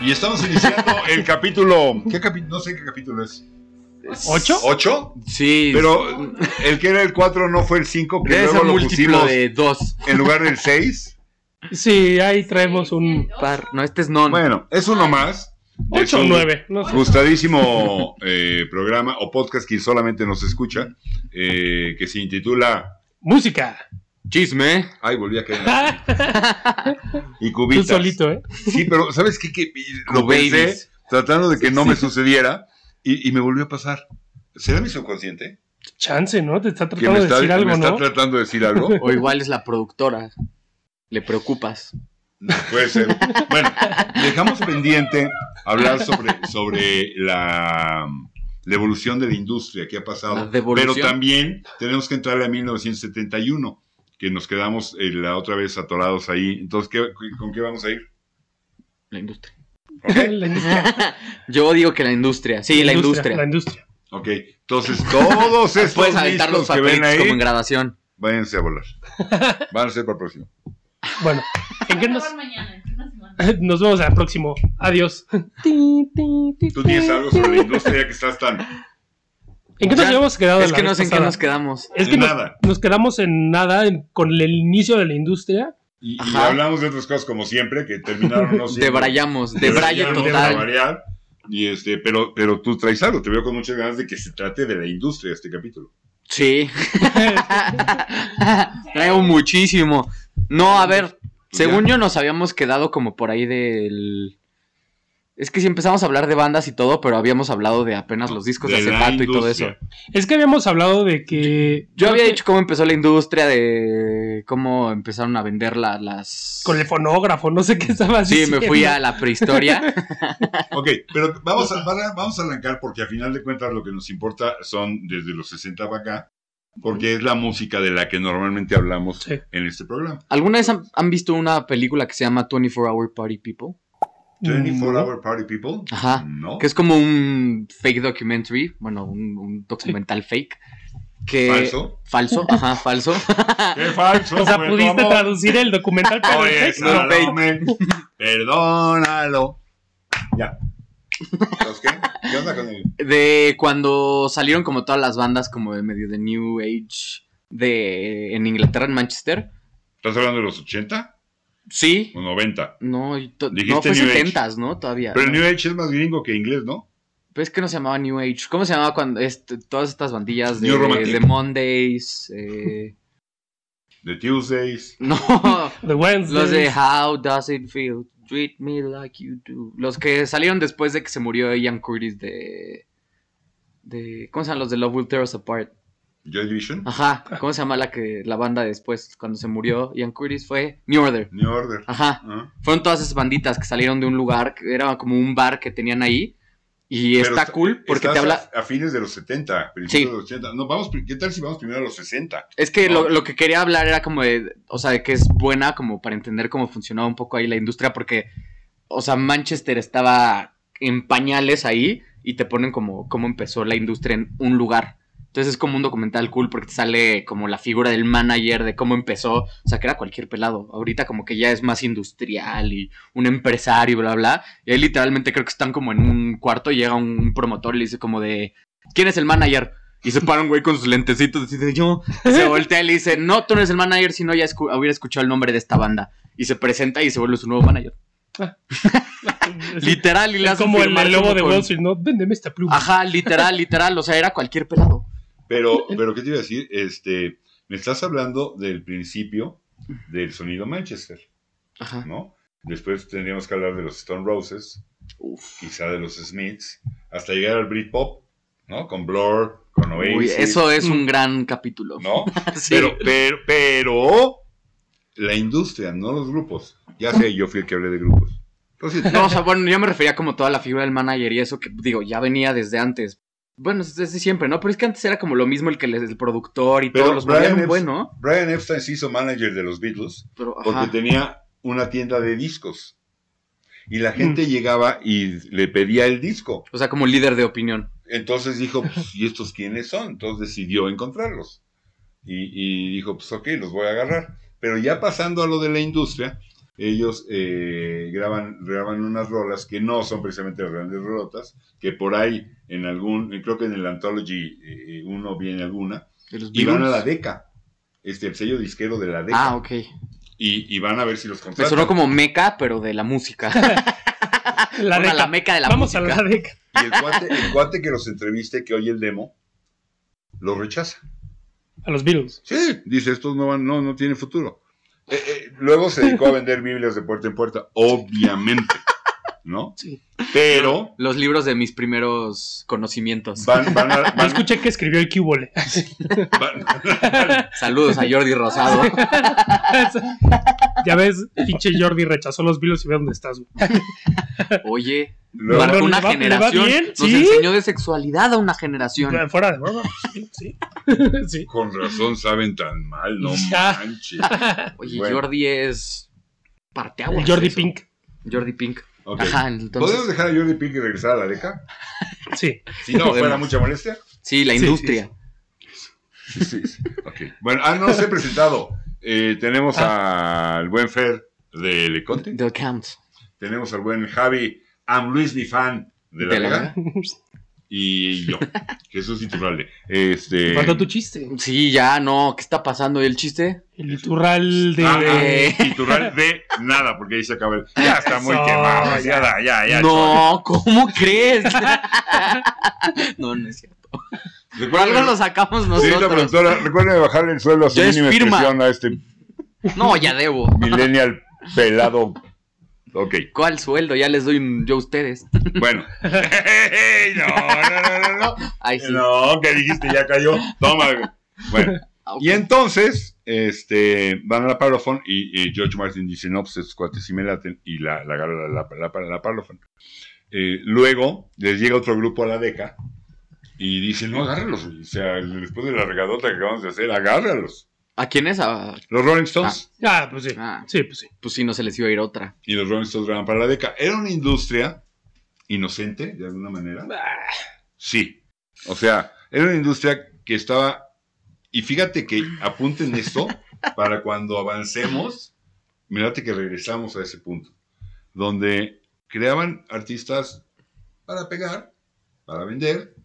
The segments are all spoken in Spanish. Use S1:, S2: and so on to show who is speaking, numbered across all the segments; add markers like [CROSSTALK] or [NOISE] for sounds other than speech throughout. S1: Y estamos
S2: [LAUGHS]
S1: iniciando el capítulo. ¿Qué capítulo? No sé qué capítulo es.
S2: ¿Ocho?
S1: ¿Ocho?
S3: Sí.
S1: Pero el que era el 4 no fue el 5, que
S3: es
S1: luego
S3: el
S1: lo
S3: múltiplo
S1: pusimos
S3: de dos.
S1: en lugar del
S3: [LAUGHS]
S1: 6.
S2: Sí, ahí traemos un
S3: Par. No, este es non.
S1: Bueno, es uno más. de
S2: ocho o
S1: su
S2: nueve. No sé.
S1: Gustadísimo eh, programa o podcast que solamente nos escucha, eh, que se intitula.
S2: Música. Ah,
S3: Chisme.
S1: Ay, volví a
S2: [LAUGHS]
S1: caer. Y cubitas.
S2: Tú solito, ¿eh?
S1: Sí, pero ¿sabes qué? Que
S3: [LAUGHS]
S1: lo
S3: Cubabies.
S1: pensé tratando de que no me sucediera y, y me volvió a pasar. ¿Será mi subconsciente?
S2: Chance, ¿no? Te está
S1: Que
S2: tratando
S1: me
S2: de
S1: está,
S2: decir
S1: me
S2: algo,
S1: está
S2: ¿no?
S1: tratando de decir
S2: [LAUGHS]
S1: algo.
S3: O igual es la productora. Le preocupas.
S1: No, puede ser. Bueno, dejamos pendiente hablar sobre, sobre la, la evolución de la industria que ha
S3: La
S1: pasado. Pero
S3: devolución.
S1: también tenemos que entrar a 1971, que nos quedamos eh, la otra vez atorados ahí. Entonces, ¿qué- ¿con qué vamos a ir?
S3: La industria.
S2: [LAUGHS] La industria.
S3: Yo digo que la industria. Sí, la industria. Ah,
S2: La industria.
S1: Ok, entonces
S3: [LAUGHS]
S1: todos estos
S3: Puedes aventar
S1: discos
S3: los
S1: que ven
S3: papelitos
S1: ahí,
S3: como en grabación.
S1: váyanse a volar. Van a ser para el próximo.
S2: Bueno, ¿en qué
S4: Mejor
S2: nos, [LAUGHS]
S4: mañana, en una semana.
S2: nos vemos al próximo?
S3: [LAUGHS]
S2: Adiós.
S1: Tú tienes algo sobre la industria ya que estás tan.
S2: ¿En qué nos
S3: Ya,
S2: habíamos quedado?
S3: Es
S2: la
S3: que no
S2: vez
S3: sé en qué
S2: pasada?
S3: nos quedamos.
S2: Es
S1: En
S2: que nos-
S1: nada.
S2: Nos, quedamos en nada en- con el inicio de la industria.
S1: Y, y
S3: Ajá.
S1: hablamos de otras cosas como siempre, que terminaron no siendo-
S3: Debrayamos. Debraye
S1: Debrayamos para
S3: total.
S1: variar. Y este, pero, pero tú traes algo, te veo con muchas ganas de que se trate de la industria este capítulo.
S3: Sí. Traigo muchísimo. No, a ver. Según yo nos habíamos quedado como por ahí del... Es que si empezamos a hablar de bandas y todo, pero habíamos hablado de apenas los discos de,
S1: De la
S3: acetato y todo eso.
S1: industria.
S2: Es que habíamos hablado de que.
S3: Yo había
S2: que
S3: dicho cómo empezó la industria, de cómo empezaron a vender la- las...
S2: Con el fonógrafo, no sé qué estaba
S3: Sí,
S2: diciendo.
S3: me fui a la prehistoria. [LAUGHS]
S1: Ok, pero vamos a, van a- vamos a arrancar porque a final de cuentas lo que nos importa son desde los 60 para acá, porque es la música de la que normalmente hablamos
S2: Sí.
S1: en este programa.
S3: ¿Alguna vez han, han visto una película que se llama 24 Hour Party People?
S1: 24
S2: No.
S1: Hour Party People.
S3: Ajá.
S1: No.
S3: Que es como un fake documentary, bueno, un, un documental fake. Que...
S1: Falso.
S3: Falso, ajá, falso.
S1: Qué
S3: [LAUGHS]
S1: falso.
S3: Ah,
S2: O sea,
S1: fue
S2: pudiste
S1: todo.
S2: traducir el documental para el
S1: Oye,
S2: texto.
S1: Salome,
S3: [LAUGHS]
S1: perdónalo. Ya. ¿Los qué? ¿Qué onda con el-
S3: De cuando salieron como todas las bandas como de medio de New Age de en Inglaterra, en Manchester.
S1: ¿Estás hablando de los 80
S3: Sí.
S1: o 90?
S3: No, y to-
S1: Dijiste
S3: no fue
S1: New Age.
S3: 70 ¿no? Todavía.
S1: Pero el
S3: ¿no?
S1: New Age es más gringo que inglés, ¿no?
S3: Pero es que no se llamaba New Age. ¿Cómo se llamaba cuando este- todas estas bandillas de,
S1: New Romantic.
S3: de Mondays? eh, [LAUGHS]
S1: De Tuesdays.
S3: no,
S2: The Wednesday.
S3: los de How Does It Feel? Treat Me Like You Do. Los que salieron después de que se murió Ian Curtis de... de ¿Cómo se llaman los de Love Will Tear Us Apart?
S1: Joy Division.
S3: Ajá, ¿cómo se llama la que la banda después cuando se murió Ian Curtis fue New Order?
S1: New Order.
S3: Ajá,
S1: Ah.
S3: fueron todas esas banditas que salieron de un lugar, que era como un bar que tenían ahí y
S1: Pero
S3: está cool porque
S1: estás
S3: te habla
S1: A, a fines de los 70, principios
S3: Sí.
S1: de los 80. No, vamos, pri- ¿qué tal si vamos primero a los 60?
S3: es que lo, lo que quería hablar era como de, o sea, de que es buena como para entender cómo funcionaba un poco ahí la industria porque o sea, Manchester estaba en pañales ahí y te ponen como cómo empezó la industria en un lugar. Entonces es como un documental cool porque te sale como la figura del manager de cómo empezó. O sea, que era cualquier pelado. Ahorita como que ya es más industrial y un empresario, bla, bla. Y ahí literalmente creo que están como en un cuarto y llega un promotor y le dice como de, ¿quién es el manager? Y se para un güey con sus lentecitos y dice, yo. Y se voltea y le dice, no, tú no eres el manager, si no ya escu- hubiera escuchado el nombre de esta banda. Y se presenta y se vuelve su nuevo manager. [LAUGHS]
S2: Es
S3: Literal, y le hacen
S2: como el,
S3: firmar
S2: el lobo de
S3: con-
S2: Wall Street, ¿no? Véndeme esta pluma.
S3: Ajá, literal, literal. O sea, era cualquier pelado. [LAUGHS]
S1: Pero, pero ¿qué te iba a decir? Este, me estás hablando del principio del sonido Manchester,
S3: Ajá.
S1: ¿no? Después tendríamos que hablar de los Stone Roses,
S3: Uf.
S1: quizá de los Smiths, hasta llegar al Britpop, ¿no? Con Blur, con Oasis.
S3: Uy, eso es un
S2: Mm.
S3: gran capítulo.
S1: ¿no?
S3: [LAUGHS] Sí.
S1: Pero, pero, pero la industria, no los grupos. Ya sé, yo fui el que hablé de grupos. Entonces,
S3: No, o sea, bueno, yo me refería como toda la figura del manager y eso que, digo, ya venía desde antes. Bueno, es desde siempre, ¿no? Pero es que antes era como lo mismo el que les, el productor y
S1: Pero
S3: todos los
S1: Brian
S3: movían un
S1: Epps-
S3: buen, ¿no?
S1: Brian Epstein se hizo manager de los Beatles
S3: Pero,
S1: porque
S3: ajá.
S1: tenía una tienda de discos. Y
S3: Mm.
S1: la gente llegaba y le pedía el disco.
S3: O sea, como líder de opinión.
S1: Entonces
S3: [LAUGHS]
S1: dijo, pues, ¿y estos quiénes son? Entonces decidió encontrarlos. Y, y dijo, pues ok, los voy a agarrar. Pero ya pasando a lo de la industria, ellos eh, graban, graban unas rolas que no son precisamente las grandes rolotas, que por ahí en algún, creo que en el Anthology eh, uno viene alguna,
S3: De los
S1: y van a
S3: Beatles.
S1: la DECA, este, el sello disquero de la DECA,
S3: Ah, ok.
S1: y, y van a ver si los
S3: Me
S1: contratan.
S3: sonó como meca, pero de la
S2: [LAUGHS]
S3: música.
S2: [LAUGHS] La
S3: Una,
S2: deca.
S3: la meca de la
S2: Vamos
S3: música.
S2: a la deca.
S1: Y el cuate, el cuate que los entreviste, que oye el demo, lo rechaza.
S2: A los Beatles.
S1: Sí, dice, estos no van, no, no tienen futuro. Eh, eh, luego se dedicó a vender Biblias de puerta en puerta, obviamente, ¿no?
S2: Sí.
S1: Pero
S3: Los libros de mis primeros conocimientos.
S1: van, van a-
S2: Yo
S1: van-
S2: escuché que escribió el Cubole. [LAUGHS]
S1: van-
S3: Saludos a Jordi
S2: [LAUGHS]
S3: Rosado.
S2: ya ves, pinche Jordi rechazó los Beatles y ve dónde estás, güey.
S3: Oye,
S1: luego-
S2: Barba-
S3: marcó
S2: ¿le
S3: una
S2: va- le va
S3: generación.
S2: bien?
S3: Nos
S2: ¿Sí?
S3: enseñó de sexualidad a una generación.
S2: Fuera de broma. Sí. Sí. [LAUGHS] sí.
S1: Con razón saben tan mal, no
S2: Ya.
S1: manches.
S3: Oye,
S1: Bueno.
S3: Jordi es parteaguas.
S2: El Jordi
S3: Ah, eso.
S2: Pink.
S3: Jordi Pink.
S1: Ok.
S3: Ajá, entonces.
S1: ¿Podemos dejar a Jordi Pink y regresar a la deca?
S2: Sí.
S1: Si no,
S3: Podemos.
S1: fuera mucha molestia.
S3: Sí, la
S2: Sí,
S3: industria.
S1: Sí, sí, sí. Ok. Bueno, ah, no nos he presentado. Eh, tenemos al buen Fer de Leconte.
S3: The Camps.
S1: Tenemos al buen Javi, am Luis mi fan de la
S3: ¿De la
S1: Vega.
S3: Vega?
S1: Y
S3: [LAUGHS]
S1: yo, Jesús Iturralde. Este.
S2: Falta tu chiste.
S3: Sí, ya, no. ¿Qué está pasando? ¿Y el chiste?
S2: El Iturral de.
S1: Ah,
S3: de-
S1: ah, Iturralde de nada, porque ahí se acaba el. Ya está muy
S2: Eso,
S1: quemado. Ya, da, ya, ya.
S3: no, ¿cómo crees? [LAUGHS] no, no es cierto. Por algo lo sacamos
S1: Señorita
S3: nosotros.
S1: productora, recuerden bajarle el suelo a su
S3: Ya es
S1: mínima
S3: firma.
S1: expresión a este
S3: No, ya debo.
S1: millennial pelado. Ok,
S3: ¿Cuál sueldo? Ya les doy un- yo a ustedes.
S2: [LAUGHS]
S1: bueno. [LAUGHS] no, no, no, no, no.
S3: Ay, sí.
S1: No, que dijiste, ya cayó. Toma. güey. Bueno,
S3: Ah, ok.
S1: y entonces, este, van a la Parlophone y, y George Martin dice, no, pues estos cuates sí me laten y la, la agarra la, la, la, la Parlophone. Eh, luego, les llega otro grupo a la DECA y dice, no, agárralos. güey. O sea, después de la regadota que acabamos de hacer, agárralos.
S3: ¿A quién es? Ah,
S1: Los Rolling Stones.
S2: Ah, pues sí.
S3: ah,
S2: Sí, pues sí.
S3: pues sí, no se les iba a ir otra.
S1: y los Rolling Stones graban para la década. ¿Era una industria inocente, de alguna manera?
S2: Ah,
S1: Sí. O sea, era una industria que estaba... Y fíjate que apunten esto para cuando avancemos, mirate que regresamos a ese punto, donde creaban artistas para pegar, para vender,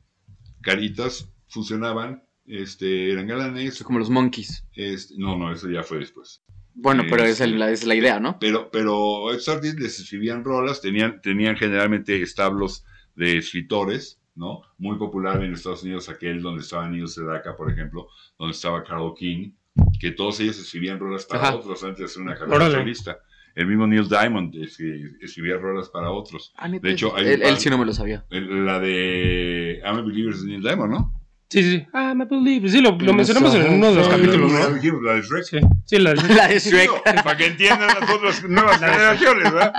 S1: caritas funcionaban, este, eran galanes,
S3: Son como los monkeys.
S1: este- no, no, eso ya fue después.
S3: Bueno, pero
S1: Eh,
S3: es, el- la, es la idea, ¿no?
S1: Pero, pero estos artistas les escribían rolas, tenían, tenían generalmente establos de escritores, ¿no? Muy popular en Estados Unidos aquel donde estaba Neil Sedaka, por ejemplo, donde estaba Carol King, que todos ellos escribían rolas para
S3: Ajá.
S1: otros antes de hacer una carrera
S2: Órale.
S1: solista. El mismo Neil Diamond escri- escribía rolas para otros.
S3: Ah, neta,
S1: de hecho, hay un
S3: él, él
S1: par-
S3: sí no me lo sabía. [LAUGHS]
S1: El- La de I'm a Believer es de Neil Diamond, ¿no?
S2: Sí, sí. Ah, me believe. Sí, lo, lo mencionamos en uno de los
S3: Sí.
S2: capítulos,
S1: La
S2: ¿no?
S1: de Believer, la de Shrek.
S2: Sí. Sí, la
S3: La de Shrek,
S1: Digo, para que entiendan las otras nuevas generaciones, ¿verdad?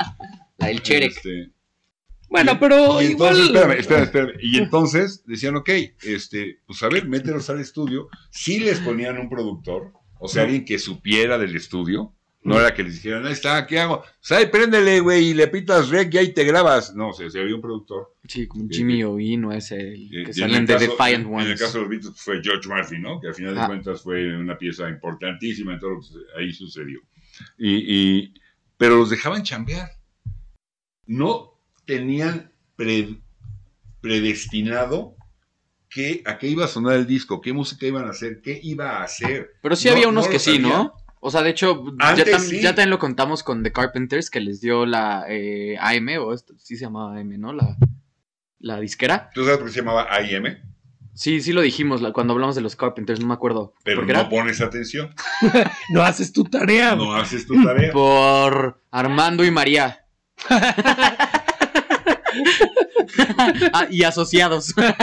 S3: la del Cherek.
S1: Este,
S2: Bueno, pero
S1: Y
S2: igual.
S1: entonces, espérame, espérame, espérame. Y entonces decían, ok, este, pues a ver, mételos al estudio. Si les ponían un productor, o sea, alguien que supiera del estudio, no era que les dijeran, ahí está, ¿qué hago? O sea, ahí préndele, güey, y le pitas rec y ahí te grabas. No, o sea, si había un productor.
S3: Sí, como Jimmy Ovino es el
S1: eh,
S3: que
S1: y en
S3: salen
S1: el
S3: de
S1: caso-
S3: Defiant
S1: En el
S3: Ones.
S1: caso de los Beatles pues, fue George Martin, ¿no? Que al final de
S3: Ah.
S1: cuentas fue una pieza importantísima en todo lo que se- ahí sucedió. Y, y- pero los dejaban chambear. No tenían pre- predestinado qué, a qué iba a sonar el disco, qué música iban a hacer, qué iba a hacer.
S3: Pero sí
S1: No-
S3: había unos
S1: no
S3: que
S1: lo
S3: sí,
S1: sabía.
S3: ¿no? O sea, de hecho, ya,
S1: Antes
S3: tam-
S1: sí.
S3: ya también lo contamos con The Carpenters, que les dio la eh, AM, o esto, sí se llamaba AM, ¿no? La, la disquera.
S1: ¿Tú sabes por qué se llamaba AIM?
S3: Sí, sí lo dijimos la- cuando hablamos de los Carpenters, no me acuerdo.
S1: Pero
S3: Porque
S1: no
S3: era Ah,
S1: pones atención,
S2: No haces tu tarea. güey.
S1: no haces
S3: [LAUGHS]
S1: tu tarea.
S3: por Armando
S1: [LAUGHS]
S3: y María. Ah, y asociados.
S1: No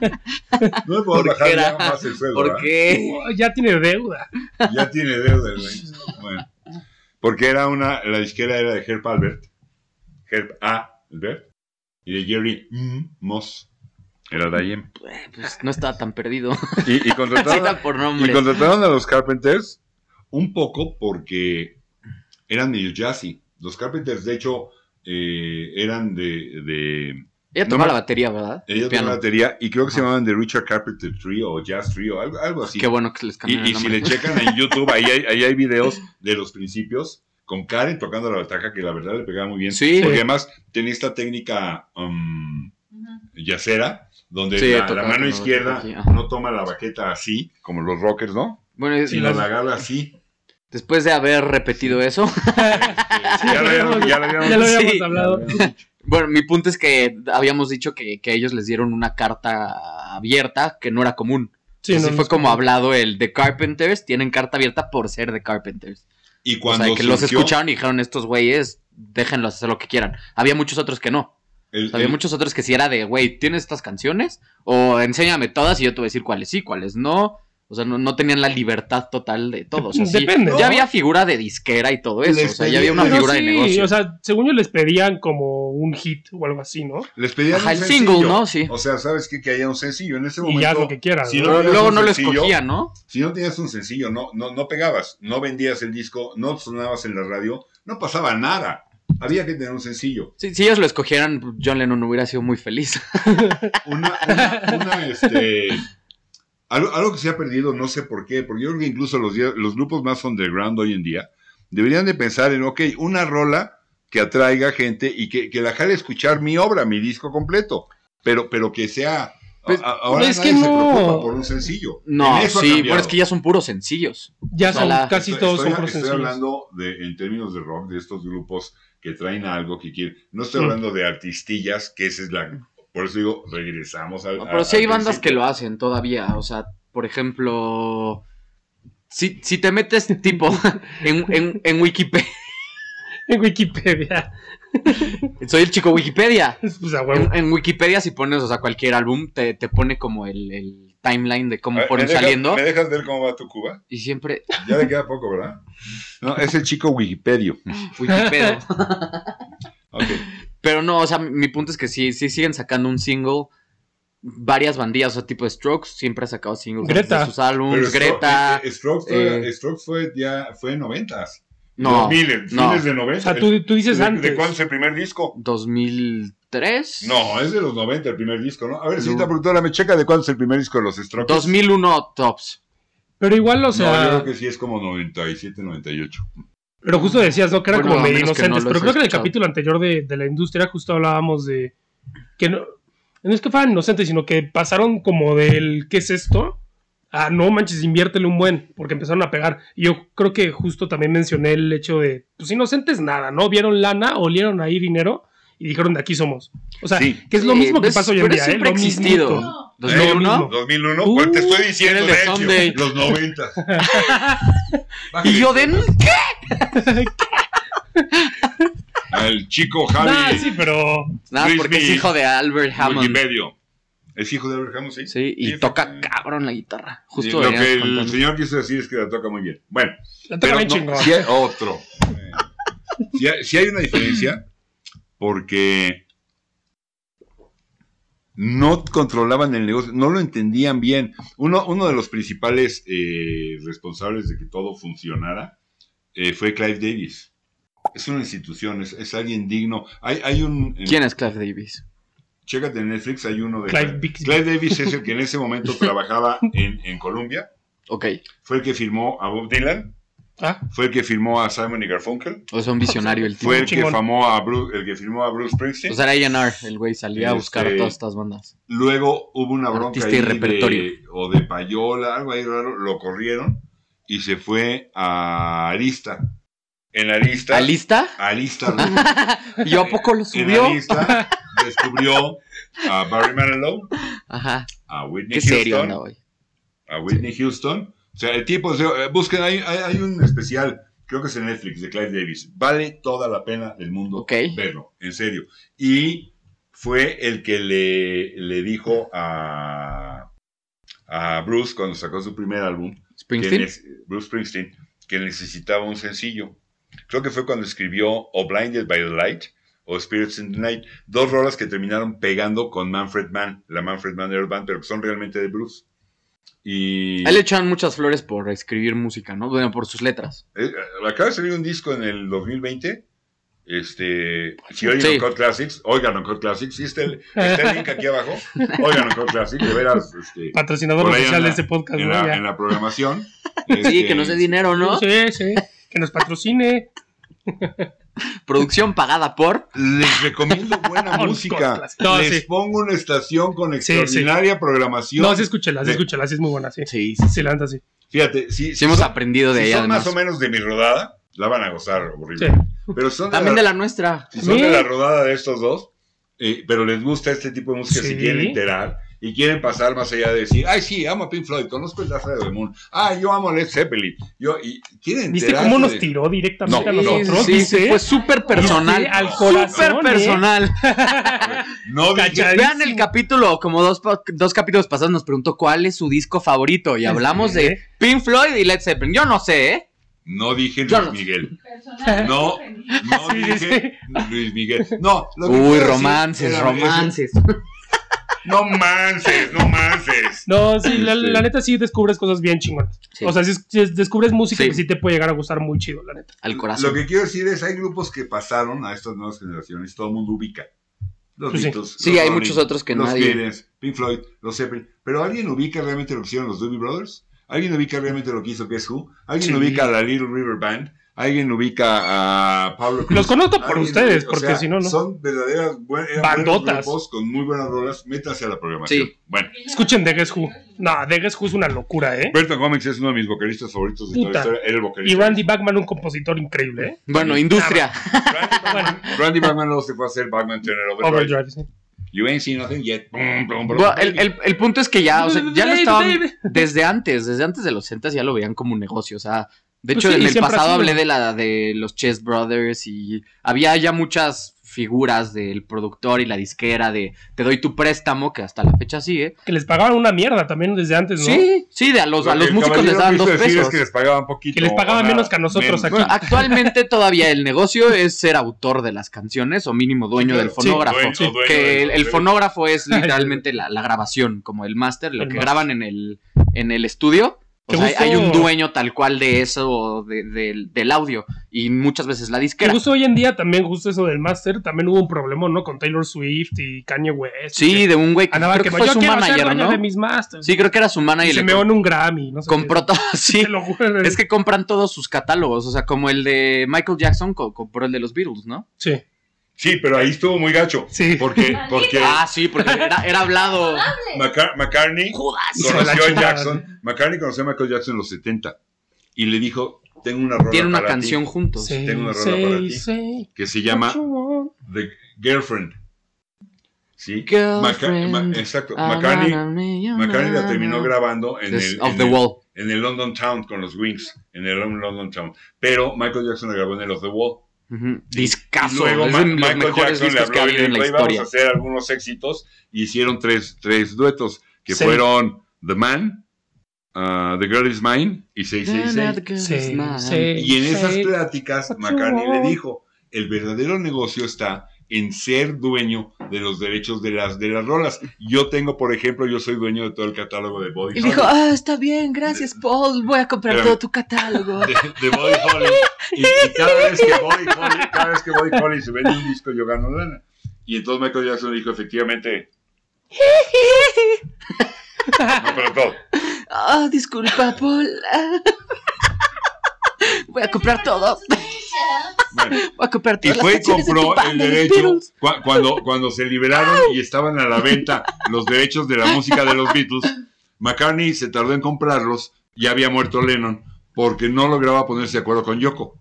S1: le podemos
S3: ¿Por
S1: bajar
S3: qué
S1: ya
S3: era?
S1: más el sueldo, ¿verdad?
S3: Porque
S2: Oh, Ya tiene deuda.
S1: Ya tiene deuda el güey. Bueno. Porque era una, la disquera era de Herb Albert, Herb A. Albert, y de Jerry M. Moss. Era de IM.
S3: pues, no estaba tan perdido.
S1: Y, y
S3: [LAUGHS] Así
S1: contrataron,
S3: era por
S1: y
S3: nombre.
S1: contrataron a los Carpenters un poco porque eran medio jazzy. Los Carpenters, de hecho, eh, eran de, de no
S3: Ella tocaba
S1: me-
S3: la batería, ¿verdad? El
S1: ellos de
S3: piano.
S1: la batería y creo que se
S3: Ajá.
S1: llamaban The Richard Carpenter Trio o Jazz Trio, algo, algo así.
S3: Qué bueno que les
S1: Pues Y,
S3: cambiaron
S1: y
S3: el
S1: si
S3: nombre.
S1: le checan en YouTube, ahí hay, ahí hay videos de los principios con Karen tocando la bataca, que la verdad le pegaba muy bien.
S3: Sí.
S1: Porque
S2: Sí.
S1: además tenía esta técnica um,
S4: Ujú.
S1: yacera, donde
S3: Sí,
S1: la, la
S3: tocaba
S1: mano
S3: con la
S1: izquierda
S3: baqueta aquí, ajá.
S1: no toma la baqueta así, como los rockers, ¿no?
S3: Bueno, y-
S1: Sino la agarra así.
S3: después de haber repetido eso, [LAUGHS]
S1: Este, ya, lo habíamos- ya lo habíamos
S2: Ya lo habíamos
S3: Sí.
S2: hablado.
S3: bueno, mi punto es que habíamos dicho que, que ellos les dieron una carta abierta que no era común.
S2: Sí,
S3: Así
S2: no, no
S3: fue
S2: es-
S3: como hablado el The Carpenters, tienen carta abierta por ser The Carpenters.
S1: Y
S3: O
S1: cuando
S3: sea, que los
S1: surgió
S3: escucharon y dijeron, estos güeyes, déjenlos hacer lo que quieran. Había muchos otros que no.
S1: el-
S3: Había
S1: el-
S3: muchos otros que sí era de, güey, ¿tienes estas canciones? O enséñame todas y yo te voy a decir cuáles sí, cuáles no. O sea, no, no tenían la libertad total de todos.
S2: [LAUGHS]
S3: O sea, sí,
S2: Depende,
S3: Ya
S2: ¿no?
S3: había figura de disquera y todo eso.
S1: Les
S3: o sea, ya
S1: pedí-
S3: había una
S2: Pero
S3: figura de
S2: sí,
S3: negocio.
S2: O sea, según yo les pedían como un hit o algo así, ¿no?
S1: les pedían
S3: Ajá,
S1: un
S3: el
S1: sencillo.
S3: single, ¿no? Sí.
S1: O sea, ¿sabes qué? Que haya un sencillo. En ese
S2: Y
S1: momento,
S2: ya haz lo que quieras.
S1: si
S2: ¿no?
S1: no-
S3: Pero luego no lo
S1: sencillo.
S3: escogían, ¿no?
S1: si no tenías un sencillo, no, no, no pegabas, no vendías el disco, no sonabas en la radio, no pasaba nada. Había que tener un sencillo.
S3: Si, si ellos lo escogieran, John Lennon hubiera sido muy feliz. [LAUGHS]
S1: una, una, una, este, algo, algo que se ha perdido, no sé por qué, porque yo creo que incluso los, die- los grupos más underground hoy en día deberían de pensar en, ok, una rola que atraiga gente y que, que la jale escuchar mi obra, mi disco completo, pero, pero que sea...
S3: Pues,
S1: a- ahora
S2: es
S1: nadie
S2: que
S1: se
S2: no.
S1: preocupa por un sencillo.
S3: No,
S1: En eso ha
S3: sí,
S1: cambiado.
S3: bueno, es que ya son puros sencillos.
S2: ya son
S3: Ojalá.
S2: casi
S1: Estoy-
S2: todos
S1: estoy,
S2: son por
S1: estoy
S2: sencillos.
S1: hablando de, en términos de rock, de estos grupos que traen algo que quieren. No estoy
S2: Mm.
S1: hablando de artistillas, que esa es la... Por eso digo, regresamos al...
S3: No,
S1: al-
S3: Pero sí hay
S1: al
S3: bandas
S1: principio.
S3: que lo hacen todavía. O sea, por ejemplo. Si, si te metes tipo [LAUGHS] en, en, en Wikipedia.
S2: En Wikipedia. [LAUGHS]
S3: Soy el chico Wikipedia.
S2: Pues a huevo.
S3: En, en Wikipedia, si pones, o sea, cualquier álbum, te, te pone como el, el timeline de cómo
S2: Eh,
S1: A ver,
S3: fueron
S1: ¿me dejas-
S3: saliendo.
S1: ¿Me dejas ver cómo va tu Cuba?
S3: Y siempre.
S1: Ya le queda poco, ¿verdad? No, es el chico Wikipedia.
S2: [LAUGHS]
S3: Wikipedia.
S1: Ok.
S3: Pero no, o sea, mi- mi punto es que sí, sí siguen sacando un single. Varias bandillas, o sea, tipo Strokes, siempre ha sacado singles
S2: Greta.
S3: de sus álbumes.
S1: Stro-
S3: Greta.
S1: eh, Strokes, fue,
S3: eh,
S1: Strokes fue ya fue en noventas.
S3: no,
S1: Miles,
S3: no.
S1: miles de
S2: O
S1: noventas.
S2: sea, tú, tú dices
S1: ¿De,
S2: antes.
S1: de cuándo es el primer disco?
S3: 2003.
S1: No, es de los 90 el primer disco, ¿no? A ver,
S3: No.
S1: cita productora, me checa de cuándo es el primer disco de los Strokes.
S3: 2001 Tops.
S2: Pero igual, o
S1: no, yo
S2: sea.
S1: creo que sí es como 97, 98.
S2: Pero justo decías, ¿no? Que eran
S3: Bueno,
S2: como
S3: a
S2: medio
S3: menos que no
S2: inocentes.
S3: los
S2: pero creo que en el
S3: escuchado.
S2: capítulo anterior de, de la industria justo hablábamos de. Que no. No es que fueran inocentes, sino que pasaron como del ¿qué es esto? a no manches, inviértele un buen, porque empezaron a pegar. Y yo creo que justo también mencioné el hecho de, pues inocentes nada, ¿no? Vieron lana, olieron ahí dinero y dijeron de aquí somos. O sea,
S1: Sí.
S2: que es lo
S3: Sí,
S2: mismo que
S3: pues,
S2: pasa hoy en
S3: pero
S2: día, ¿eh?
S3: siempre
S2: Lo
S3: ha existido.
S2: mismito.
S4: No.
S1: ¿No?
S3: 2001.
S1: 2001,
S2: Uh,
S1: ¿cuál te estoy diciendo,
S3: era el de
S1: Sergio?
S3: Someday.
S1: Los [LAUGHS] 90.
S3: Y yo de.
S1: Al chico Javi.
S2: Ah, sí, pero.
S3: Nada,
S1: Luis
S3: porque es
S1: Miguel.
S3: hijo de Albert Hammond.
S1: Multimedio. Es hijo de Abraham, sí.
S3: Sí, y
S1: Sí,
S3: toca
S1: porque-
S3: cabrón la guitarra.
S1: Sí,
S3: Justo
S1: lo
S3: deberías
S1: que el
S3: contarnos.
S1: señor quiso decir es que la toca muy bien. Bueno,
S2: La toca
S1: pero
S2: bien
S1: no,
S2: chingón.
S1: si hay otro. si, hay, sí hay una diferencia, porque no controlaban el negocio, no lo entendían bien. Uno, uno de los principales eh, responsables de que todo funcionara eh, fue Clive Davis. Es una institución, es, es alguien digno. Hay, hay un... en-
S3: ¿Quién es Clive Davis?
S1: Chécate en Netflix, hay uno de...
S2: Clive
S1: Clive,
S2: Bixby.
S1: pues, Clive Davis es el que en ese momento trabajaba en, en Colombia.
S3: Ok,
S1: Fue el que firmó a Bob Dylan.
S2: Ah,
S1: fue el que firmó a Simon y Garfunkel,
S3: o sea, un visionario el
S1: [LAUGHS]
S3: tío.
S1: fue el que,
S2: chingón.
S1: famó a Bru- el que firmó a Bruce Springsteen.
S3: O sea, era A&R, el güey salía a buscar a
S1: Este-
S3: todas estas bandas.
S1: Luego hubo una bronca
S3: Artista
S1: ahí
S3: y repertorio.
S1: de, o de payola, algo ahí raro, lo corrieron y se fue a Arista. En Arista,
S3: ¿A lista?
S1: Arista,
S3: [LAUGHS]
S1: Rubio.
S3: ¿Yo
S1: [LAUGHS]
S3: a poco lo
S1: en
S3: subió? [LAUGHS]
S1: Arista descubrió a Barry Manilow,
S3: Ajá.
S1: a Whitney
S3: Qué serio
S1: Houston,
S3: anda hoy.
S1: a Whitney Houston. O sea, el tipo, o sea, eh, busquen, hay, hay- hay un especial, creo que es en Netflix, de Clive Davis. Vale toda la pena del mundo
S3: Ok.
S1: verlo, en serio. Y fue el que le, le dijo a, a Bruce cuando sacó su primer álbum, que
S3: ¿Springsteen?
S1: nece- Bruce Springsteen, que necesitaba un sencillo. Creo que fue cuando escribió O Blinded by the Light o Spirits in the Night, dos rolas que terminaron pegando con Manfred Mann, la Manfred Mann Air Band, pero que son realmente de Bruce. Y
S3: A él le echan muchas flores por escribir música, ¿no? Bueno, por sus letras.
S1: Eh, acaba de salir un disco en el 2020. Este, si oigan
S3: Sí.
S1: Uncut Classics, oigan Uncut Classics, sí, está el, está el link aquí abajo, oigan Uncut Classics, de veras, este,
S2: patrocinador
S1: Por ahí
S2: oficial
S1: anda,
S2: de este podcast,
S1: en
S2: ¿no?
S1: la,
S2: Ya.
S1: en la programación.
S3: Sí, que no
S1: Este,
S3: sé dinero, ¿no?
S1: [LAUGHS]
S2: Sí, sí. Que nos patrocine.
S3: Producción pagada por.
S1: Les recomiendo
S2: [LAUGHS]
S1: buena
S2: Con
S1: música.
S2: cosas. No,
S1: Les
S2: sí.
S1: pongo una estación con
S2: sí.
S1: extraordinaria programación.
S2: No, sí, escúchela, sí,
S1: Le-
S2: escúchela, sí es muy buena, sí.
S3: Sí,
S2: Sí, la neta, sí.
S1: Fíjate, si,
S3: sí hemos
S1: son,
S3: aprendido de
S1: si
S3: ella,
S1: son más
S3: además.
S1: o menos de mi rodada, la van a gozar
S2: Sí.
S1: horrible. Pero si son de,
S3: También
S1: la,
S3: de la nuestra.
S1: si son de
S2: Sí.
S1: la rodada de estos dos, eh, pero les gusta este tipo de música
S2: Sí.
S1: si quieren enterar y quieren pasar más allá de decir, ay, sí, amo a Pink Floyd, conozco el Lazo de Moon, ah, yo amo a Led Zeppelin, yo, y quieren
S2: ¿Viste
S1: enterarse
S2: cómo nos
S1: de-
S2: tiró directamente
S1: No,
S2: a
S1: no.
S2: nosotros?
S3: sí, sí, pues.
S2: ¿Viste?
S3: fue súper personal.
S2: Viste al
S3: Súper
S2: corazón,
S3: personal.
S1: No, dije-
S2: Cacha-
S3: Vean el capítulo, como dos, pa- dos capítulos pasados nos preguntó cuál es su disco favorito y hablamos
S2: Sí.
S3: de Pink Floyd y Led Zeppelin. Yo no sé, ¿eh?
S1: no dije
S3: Yo
S1: Luis
S3: no-
S2: [LAUGHS]
S1: Miguel,
S4: Personal.
S1: No. no
S2: Sí,
S1: dije Luis Miguel, no. lo que quiero
S3: Uy,
S1: decir
S3: romances,
S1: era-
S3: romances.
S1: No manches, no manches.
S2: No, sí, la,
S1: Este.
S2: la neta sí descubres cosas bien chingonas.
S3: Sí.
S2: O sea, sí es- sí es- descubres música
S3: Sí.
S2: que sí te puede llegar a gustar muy chido, la neta.
S3: Al
S1: Lo
S3: corazón.
S1: que quiero decir es, hay grupos que pasaron a estas nuevas generaciones, todo el mundo ubica. Los
S2: Pues sí.
S1: Beatles,
S3: Sí,
S1: los
S3: hay
S1: Rolling,
S3: muchos otros que
S1: los
S3: nadie.
S1: Beatles, Pink Floyd, los Zeppelin. Pero ¿alguien ubica realmente lo que hicieron los Doobie Brothers? ¿Alguien ubica realmente lo que hizo Guess Who? ¿Alguien
S2: Sí.
S1: ubica a la Little River Band? ¿Alguien ubica a Pablo Cruz?
S2: Los conozco por
S1: ¿Alguien
S2: ustedes,
S1: ubica? O
S2: porque
S1: sea,
S2: si no, no.
S1: Son verdaderas buen- eran
S2: Bandotas.
S1: buenos grupos con muy buenas rolas. Métanse a la programación.
S3: Sí.
S1: Bueno,
S2: Escuchen The Guess Who. No, The Guess Who es una locura, ¿eh?
S1: Humberto Gómez es uno de mis vocalistas favoritos de
S2: Puta.
S1: toda la historia. Era el
S2: Y
S1: vocalista.
S2: Randy Bachman, un compositor increíble, ¿eh?
S3: Bueno, industria.
S1: "Ah, Randy Bachman, Randy Bachman luego se fue a hacer Bachman Turner Overdrive.
S2: Overdrive, sí.
S1: You ain't seen nothing yet. Brum, brum, brum.
S3: Bueno, el, el- el punto es que ya, o sea, ya lo
S2: Baby,
S3: estaban.
S2: baby.
S3: Desde antes, desde antes de los 60 ya lo veían como un negocio. O sea, de
S2: Pues
S3: hecho,
S2: sí,
S3: en el
S2: siempre ha
S3: pasado
S2: sido.
S3: hablé de la de los Chess Brothers y había ya muchas figuras del productor y la disquera de te doy tu préstamo, que hasta la fecha sigue.
S2: Que les pagaban una mierda también desde antes, ¿no?
S3: Sí, sí, de a los,
S1: Lo
S3: a
S1: que
S3: los
S1: el
S3: músicos
S1: caballero
S3: les daban
S1: quiso
S3: dos
S1: decir
S3: pesos.
S1: Es que les pagaban poquito.
S2: Que les pagaban
S1: o nada.
S2: menos que a nosotros aquí.
S3: Bueno,
S2: [LAUGHS]
S3: actualmente todavía el negocio es ser autor de las canciones o mínimo dueño del
S1: Sí,
S3: fonógrafo.
S1: dueño,
S2: sí.
S1: dueño
S3: que
S1: del-
S3: el, el
S1: del-
S3: fonógrafo
S2: [LAUGHS]
S3: es literalmente la, la grabación, como el máster, lo
S2: El
S3: que
S2: máster.
S3: graban en el, en el estudio. O
S2: ¿Te
S3: sea,
S2: gustó?
S3: hay un dueño tal cual de eso, de- del- del audio, y muchas veces la
S2: Que
S3: disquera.
S2: justo hoy en día también, justo eso del máster, también hubo un problema, ¿no? Con Taylor Swift y Kanye West.
S3: Sí, de un güey que
S2: andaba
S3: creo
S2: que
S3: que fue
S2: yo
S3: su
S2: quiero ser
S3: manager,
S2: dueño
S3: ¿no?
S2: de mis masters.
S3: Sí, creo que era su
S2: y
S3: manager
S2: se
S3: y
S2: me
S3: le
S2: ganó un Grammy, no sé
S3: compró
S2: qué.
S3: todo. [LAUGHS] Sí,
S2: Te lo juro.
S3: es que compran todo sus catálogos, o sea, como el de Michael Jackson co- compró el de los Beatles, ¿no?
S2: Sí,
S1: Sí, pero ahí estuvo muy gacho.
S2: sí.
S1: Porque, porque
S3: Ah, sí, porque era, era hablado.
S1: Maca- McCartney
S3: [LAUGHS] Judas.
S2: Hijo de la
S1: conoció a
S2: chingada.
S1: Jackson. McCartney conoció a Michael Jackson en los 70 y le dijo: Tengo una rola.
S3: Tiene una
S1: para ti
S3: canción juntos.
S1: Pues tengo una rola para ti.
S2: say
S1: que se
S2: what
S1: llama
S2: you want.
S1: The Girlfriend. ¿Sí?
S3: Girlfriend.
S1: Maca- ma- exacto.
S3: Ah,
S1: McCartney,
S3: na, na, na,
S1: McCartney la
S3: na,
S1: terminó
S3: na.
S1: grabando en
S3: This
S1: el,
S3: Of
S1: en
S3: the
S1: el-
S3: Wall.
S1: en el London Town con los Wings, en el London Town. Pero Michael Jackson la grabó en el Off the Wall.
S3: Ujú.
S1: Y
S3: Discazo.
S1: luego
S3: es
S1: Ma-
S3: de los
S1: Michael
S3: mejores
S1: Jackson le
S3: discos que ha
S1: habló y
S3: habido
S1: le
S3: en
S1: dijo,
S3: la
S1: "Ahí vamos a
S3: historia.
S1: hacer algunos éxitos y hicieron tres, tres duetos que
S2: Sí.
S1: fueron The Man, ah, The Girl Is Mine y 666.
S2: Sí, sí.
S1: Y en esas
S2: Sí.
S1: pláticas
S2: What you
S1: McCartney le
S2: want.
S1: dijo, el verdadero negocio está en ser dueño de los derechos de las, de las rolas. Yo tengo, por ejemplo, yo soy dueño de todo el catálogo de Body
S3: Y dijo,
S1: Holly.
S3: ah, está bien, gracias, Paul. Voy a comprar
S1: Espérame.
S3: todo tu catálogo.
S1: de, de Body Holly. Y, y cada vez que Body Holly, cada vez que Body Holly se vende un disco, yo gano lana. Y entonces Michael Jackson dijo, efectivamente. No, pero todo.
S3: Ah, disculpa, Paul. [LAUGHS] Ah. Voy a comprar todo.
S1: Bueno,
S3: Voy a comprar
S1: y
S3: todas las
S1: fue y
S3: canciones de tu
S1: compró el
S3: banda, los
S1: derecho
S3: Beatles.
S1: cua- cuando, cuando se liberaron y estaban a la venta los derechos de la música de los Beatles. McCartney se tardó en comprarlos, ya había muerto Lennon, porque no lograba ponerse de acuerdo con Yoko.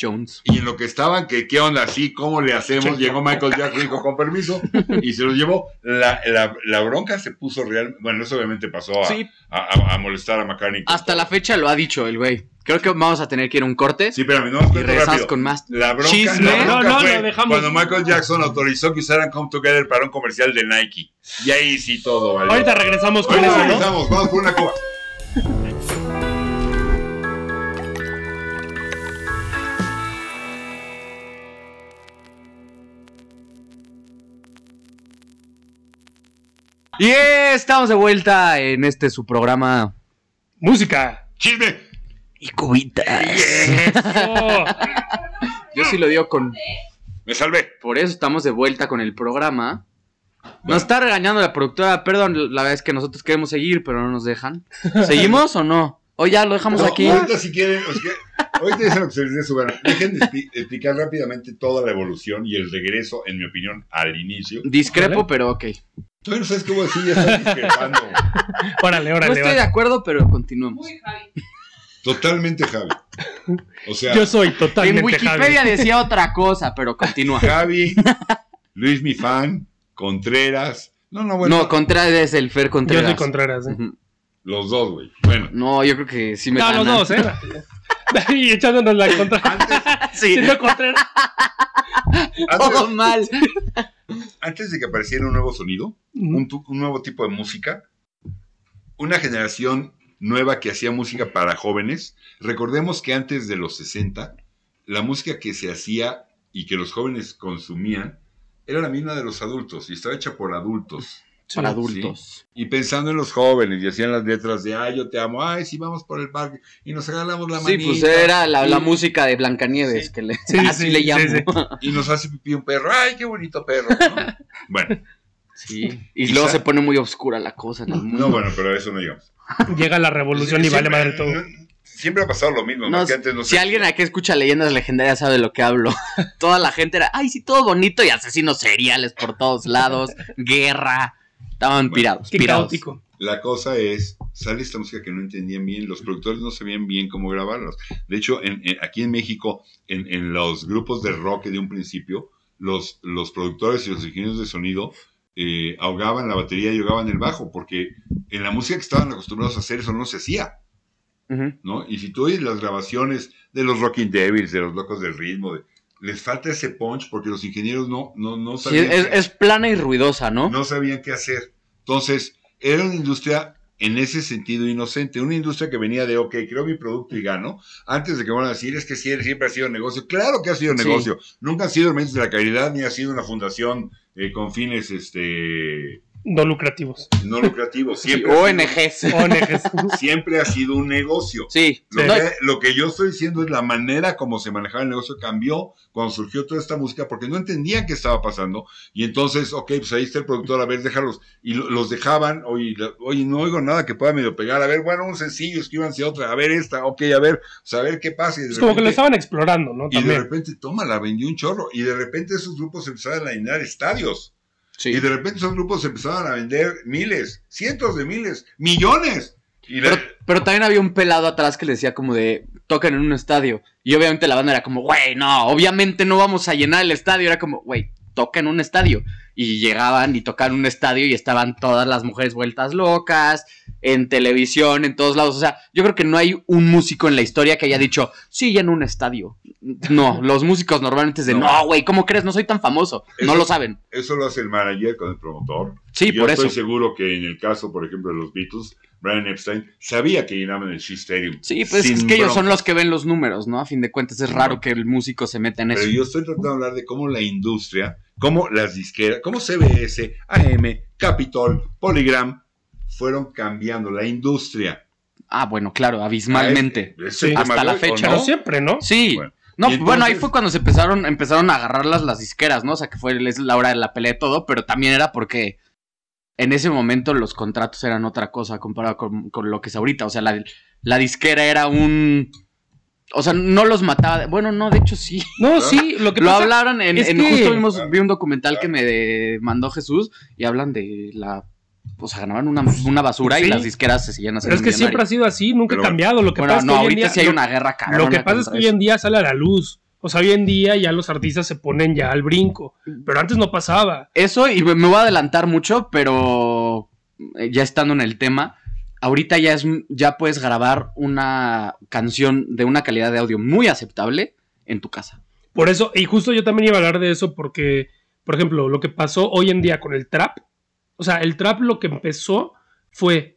S3: Jones.
S1: Y en lo que estaban, que qué onda, así, cómo le hacemos, llegó Michael Jackson, dijo con permiso, y se los llevó. La, la- la bronca se puso real. Bueno, eso obviamente pasó a,
S3: Sí,
S1: a- a- a molestar a McCartney.
S3: hasta la fecha lo ha dicho el güey. Creo que vamos a tener que ir a un corte
S1: Sí, espérame, no,
S3: y
S1: cuento
S3: regresamos
S1: rápido.
S3: con más.
S1: La bronca,
S3: Chisme.
S1: la bronca
S2: No, no,
S1: fue
S2: lo dejamos.
S1: cuando Michael Jackson autorizó que usaran Come Together para un comercial de Nike. Y ahí sí todo, ¿vale?
S2: Ahorita regresamos con
S1: Ahorita
S2: eso, ¿no?
S1: regresamos, vamos por una copa.
S3: Y estamos de vuelta en este su programa.
S2: Música. [LAUGHS]
S1: ¡Chisme!
S3: Y cubitas.
S2: Oh,
S3: Yo sí lo digo con.
S1: Me salvé.
S3: Por eso estamos de vuelta con el programa. Nos está
S2: [LAUGHS]
S3: regañando la productora. Perdón, la verdad es que nosotros queremos seguir, pero no nos dejan. ¿Seguimos o no? O ya lo dejamos
S1: No,
S3: aquí.
S1: Ahorita si quieren, o sea, ahorita dicen lo que se les dé su gana. Dejen de expli- explicar rápidamente toda la evolución y el regreso, en mi opinión, al inicio.
S3: Discrepo,
S2: Vale.
S3: pero ok.
S1: Todavía no sabes qué voy a decir, ya estás discrepando.
S2: Órale,
S3: No
S2: órale.
S3: estoy de
S2: va.
S3: acuerdo, pero continuamos.
S4: Muy Javi.
S1: Totalmente, Javi. O sea,
S2: Yo soy totalmente
S3: En Wikipedia decía otra cosa, pero
S2: [LAUGHS]
S3: continúa.
S1: Javi, Luis mi fan, Contreras. No, no, bueno.
S3: No, Contreras es el Fer
S2: Javi. Yo
S3: Contreras.
S2: soy Contreras. ¿eh?
S3: Ujú.
S1: Los dos, güey. Bueno,
S3: No, yo creo que sí [LAUGHS] me
S2: No,
S3: ganan.
S2: los dos, ¿eh? [LAUGHS] y echándonos la
S3: [LAUGHS]
S2: contra.
S1: antes,
S3: Sí.
S2: Siendo Contreras.
S1: antes,
S2: ¿eh?
S3: [LAUGHS] Todo mal.
S1: antes de que apareciera un nuevo sonido, un, tu- un nuevo tipo de música, una generación nueva que hacía música para jóvenes. Recordemos que antes de los 60, la música que se hacía y que los jóvenes consumían era la misma de los adultos y estaba hecha por adultos.
S3: Para
S2: Sí.
S3: adultos.
S1: Y pensando en los jóvenes y hacían las letras de, ay, yo te amo, ay, sí, vamos por el parque y nos agarramos la
S3: Sí,
S1: manita.
S3: pues era la, la
S1: Y-
S3: música de Blancanieves,
S1: Sí.
S3: que le,
S2: Sí,
S3: [LAUGHS] así
S2: sí,
S3: le
S2: sí,
S3: llamo.
S2: sí.
S1: Y nos hace pipí un perro, ay, qué bonito perro. ¿no? bueno,
S3: Sí. Y
S1: Quizá-
S3: luego se pone muy oscura la cosa en el mundo.
S1: no, bueno, pero a eso no llegamos.
S2: Llega la revolución y vale
S1: Siempre-
S2: madre todo.
S1: Siempre ha pasado lo mismo, más
S3: No,
S1: que antes no
S3: si
S1: se-
S3: alguien aquí escucha leyendas legendarias sabe de lo que hablo. [LAUGHS] Toda la gente era, ay, sí, todo bonito y asesinos seriales por todos lados, [LAUGHS] guerra. Estaban
S1: Bueno,
S3: pirados,
S2: Qué
S3: pirados.
S2: caótico.
S1: La cosa es, sale esta música que no entendían bien, los productores no sabían bien cómo grabarlas. De hecho, en- en- aquí en México, en, en los grupos de rock de un principio, los, los productores y los ingenieros de sonido eh, ahogaban la batería y ahogaban el bajo, porque en la música que estaban acostumbrados a hacer eso no se hacía,
S3: Ujú.
S1: ¿no? Y si tú oyes las grabaciones de los Rocking Devils, de los Locos del Ritmo, de- les falta ese punch porque los ingenieros no, no, no
S3: Sí,
S1: sabían.
S3: es,
S1: qué
S3: es plana y ruidosa, ¿no?
S1: no sabían qué hacer. Entonces, era una industria en ese sentido inocente, una industria que venía de, ok, creo mi producto y gano, antes de que van a decir, es que sí, siempre ha sido negocio. Claro que ha sido
S3: Sí.
S1: negocio, nunca han sido hermanos de la caridad, ni ha sido una fundación eh, con fines este,
S3: [LAUGHS]
S2: No lucrativos.
S1: no lucrativos,
S3: Sí,
S1: siempre, ha sido,
S3: ONGs.
S2: ONGs.
S1: siempre ha sido un negocio.
S3: Sí.
S1: Lo,
S3: No,
S1: que, lo que yo estoy diciendo es la manera como se manejaba el negocio cambió cuando surgió toda esta música porque no entendían qué estaba pasando y entonces, ok, pues ahí está el productor, a ver, déjalos. Y lo- los dejaban, oye, la- oye, no oigo nada que pueda medio pegar, a ver, bueno, un sencillo, escríbanse otra, a ver esta, ok, a ver, o sea, a ver qué pasa. Y de
S2: Es como que lo
S1: repente-
S2: estaban explorando, ¿no?
S1: y de
S2: También.
S1: repente, toma, la vendió un chorro. Y de repente esos grupos empezaron a llenar estadios.
S3: sí.
S1: Y de repente esos grupos empezaron a vender miles, cientos de miles, millones. Y la-
S3: Pero, pero también había un pelado atrás que le decía como de tocan en un estadio. Y obviamente la banda era como, güey, no, obviamente no vamos a llenar el estadio. Era como, güey, toca en un estadio. Y llegaban y tocaban un estadio y estaban todas las mujeres vueltas locas, en televisión, en todos lados. O sea, yo creo que no hay un músico en la historia que haya dicho, sí, en un estadio. No, los músicos normalmente es de,
S1: No.
S3: no, güey, ¿cómo crees? No soy tan famoso. No
S1: Eso-
S3: lo saben.
S1: eso lo hace el manager con el promotor.
S3: Sí,
S1: yo
S3: por eso.
S1: estoy seguro que en el caso, por ejemplo, de los Beatles, Brian Epstein sabía que llenaban el Shea Stadium.
S3: Sí, pues
S1: Sin
S3: es que ellos
S1: bronca.
S3: son los que ven los números, ¿no? A fin de cuentas es raro que el músico se meta en eso.
S1: Pero yo estoy tratando de hablar de cómo la industria, cómo las disqueras, cómo CBS, AM, Capitol, Polygram fueron cambiando la industria.
S3: Ah, bueno,
S2: este.
S3: claro, abismalmente.
S1: Ah, es- es el
S2: Sí.
S1: tema
S3: Hasta
S1: de
S3: la
S1: hoy, ¿o
S3: fecha,
S2: Pero
S1: no?
S3: ¿no?
S2: siempre, ¿no?
S3: Sí.
S1: Bueno,
S3: no,
S1: y
S3: bueno, ahí
S1: entonces-
S3: fue cuando se empezaron, empezaron a agarrarlas las disqueras, ¿no? O sea, que fue es la hora de la pelea y todo, pero también era porque en ese momento los contratos eran otra cosa comparado con, con lo que es ahorita. O sea, la, la disquera era un... O sea, no los mataba. Bueno, no, de hecho sí.
S2: No,
S1: Claro.
S2: sí, lo que
S3: Lo
S2: pasa-
S3: hablaron en...
S2: es
S3: en-
S2: que-
S3: Justo vimos,
S1: Claro.
S3: vi un documental que me de- mandó Jesús y hablan de la... O sea, ganaban una, una basura y
S2: Sí.
S3: las disqueras se seguían haciendo
S2: Pero es que siempre ha sido así, nunca
S1: Pero
S2: ha cambiado. Lo que
S3: Bueno,
S2: pasa
S3: no,
S2: es que hoy en
S3: ahorita
S2: día,
S3: sí hay
S2: lo-
S3: una guerra cara.
S2: Lo que pasa es que hoy en día sale a la luz. O sea, hoy en día ya los artistas se ponen ya al brinco. Pero antes no pasaba.
S3: Eso, y me me voy a adelantar mucho, pero eh, ya estando en el tema, ahorita ya, es, m- ya puedes grabar una canción de una calidad de audio muy aceptable en tu casa.
S2: Por eso, y justo yo también iba a hablar de eso porque, por ejemplo, lo que pasó hoy en día con el trap. O sea, el trap lo que empezó fue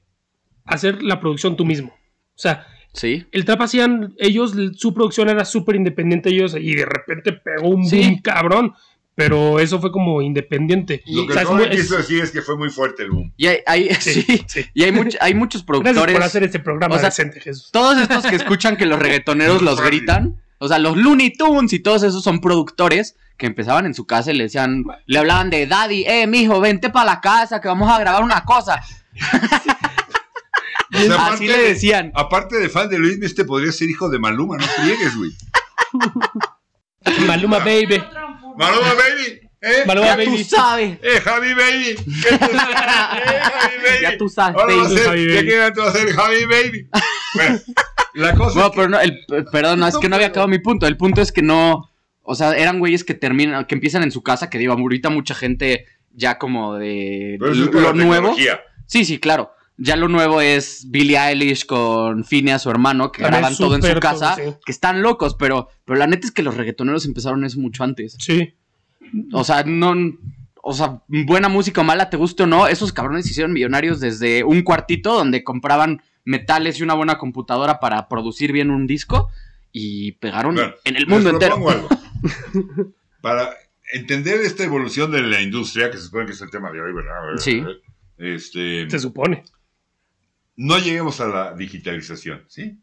S2: hacer la producción tú mismo. O sea,
S3: Sí.
S2: el trap hacían ellos, l- su producción era súper independiente ellos y de repente pegó un
S3: Sí.
S2: boom cabrón. Pero eso fue como independiente.
S1: Lo que
S2: O sea, es
S1: no
S2: muy-
S1: me quiso decir es que fue muy fuerte el boom.
S3: Y hay, hay- [LAUGHS]
S2: Sí,
S3: sí,
S2: sí.
S3: y hay, much- hay muchos
S2: Gracias
S3: productores.
S2: por hacer este programa
S3: O sea,
S2: decente, Jesús.
S3: Todos estos que escuchan que los reggaetoneros los gritan. O sea, los Looney Tunes y todos esos son productores que empezaban en su casa y le decían, le hablaban de
S1: [LAUGHS]
S3: Daddy, eh, mijo, vente para la casa que vamos a grabar una cosa.
S1: O sea,
S3: Así le
S1: aparte,
S3: decían.
S1: aparte de fan de Luis, este podría ser hijo de Maluma, no friegues,
S3: [LAUGHS]
S1: güey.
S2: Maluma Baby.
S1: Maluma Baby, ¿eh?
S2: Maluma
S3: Ya tú
S2: Baby.
S3: sabes.
S1: ¡Eh, Javi
S3: [LAUGHS]
S1: Baby! ¿Qué tú- ¡Eh, Javi Baby!
S3: Ya tú sabes.
S1: Ahora va a
S2: baby,
S1: ser,
S2: Javi
S1: ¿de
S2: baby.
S1: qué edad te va a ser Javi Baby?
S3: [LAUGHS]
S1: Bueno, la cosa
S3: No,
S1: es que-
S3: pero no, el, perdón, no, es que no había acabado mi punto. El punto es que no. O sea, eran güeyes que terminan, que empiezan en su casa, que digo, ahorita mucha gente ya como de
S1: pero eso es por la
S3: lo nuevo.
S1: tecnología.
S3: Sí, sí, claro. Ya lo nuevo es Billie Eilish con Phineas, su hermano, que
S2: También
S3: graban todo en su
S2: súper todo,
S3: casa,
S2: sí.
S3: que están locos, pero, pero la neta es que los reggaetoneros empezaron eso mucho antes.
S2: Sí.
S3: O sea, no. O sea, buena música o mala, te guste o no, esos cabrones se hicieron millonarios desde un cuartito donde compraban metales y una buena computadora para producir bien un disco y pegaron
S1: Bueno,
S3: en el mundo
S1: les
S3: entero.
S1: propongo
S3: [LAUGHS]
S1: algo. Para entender esta evolución de la industria, que se supone que es el tema de hoy, ¿verdad?
S3: Sí.
S1: Este,
S2: Se supone.
S1: no lleguemos a la digitalización, ¿sí?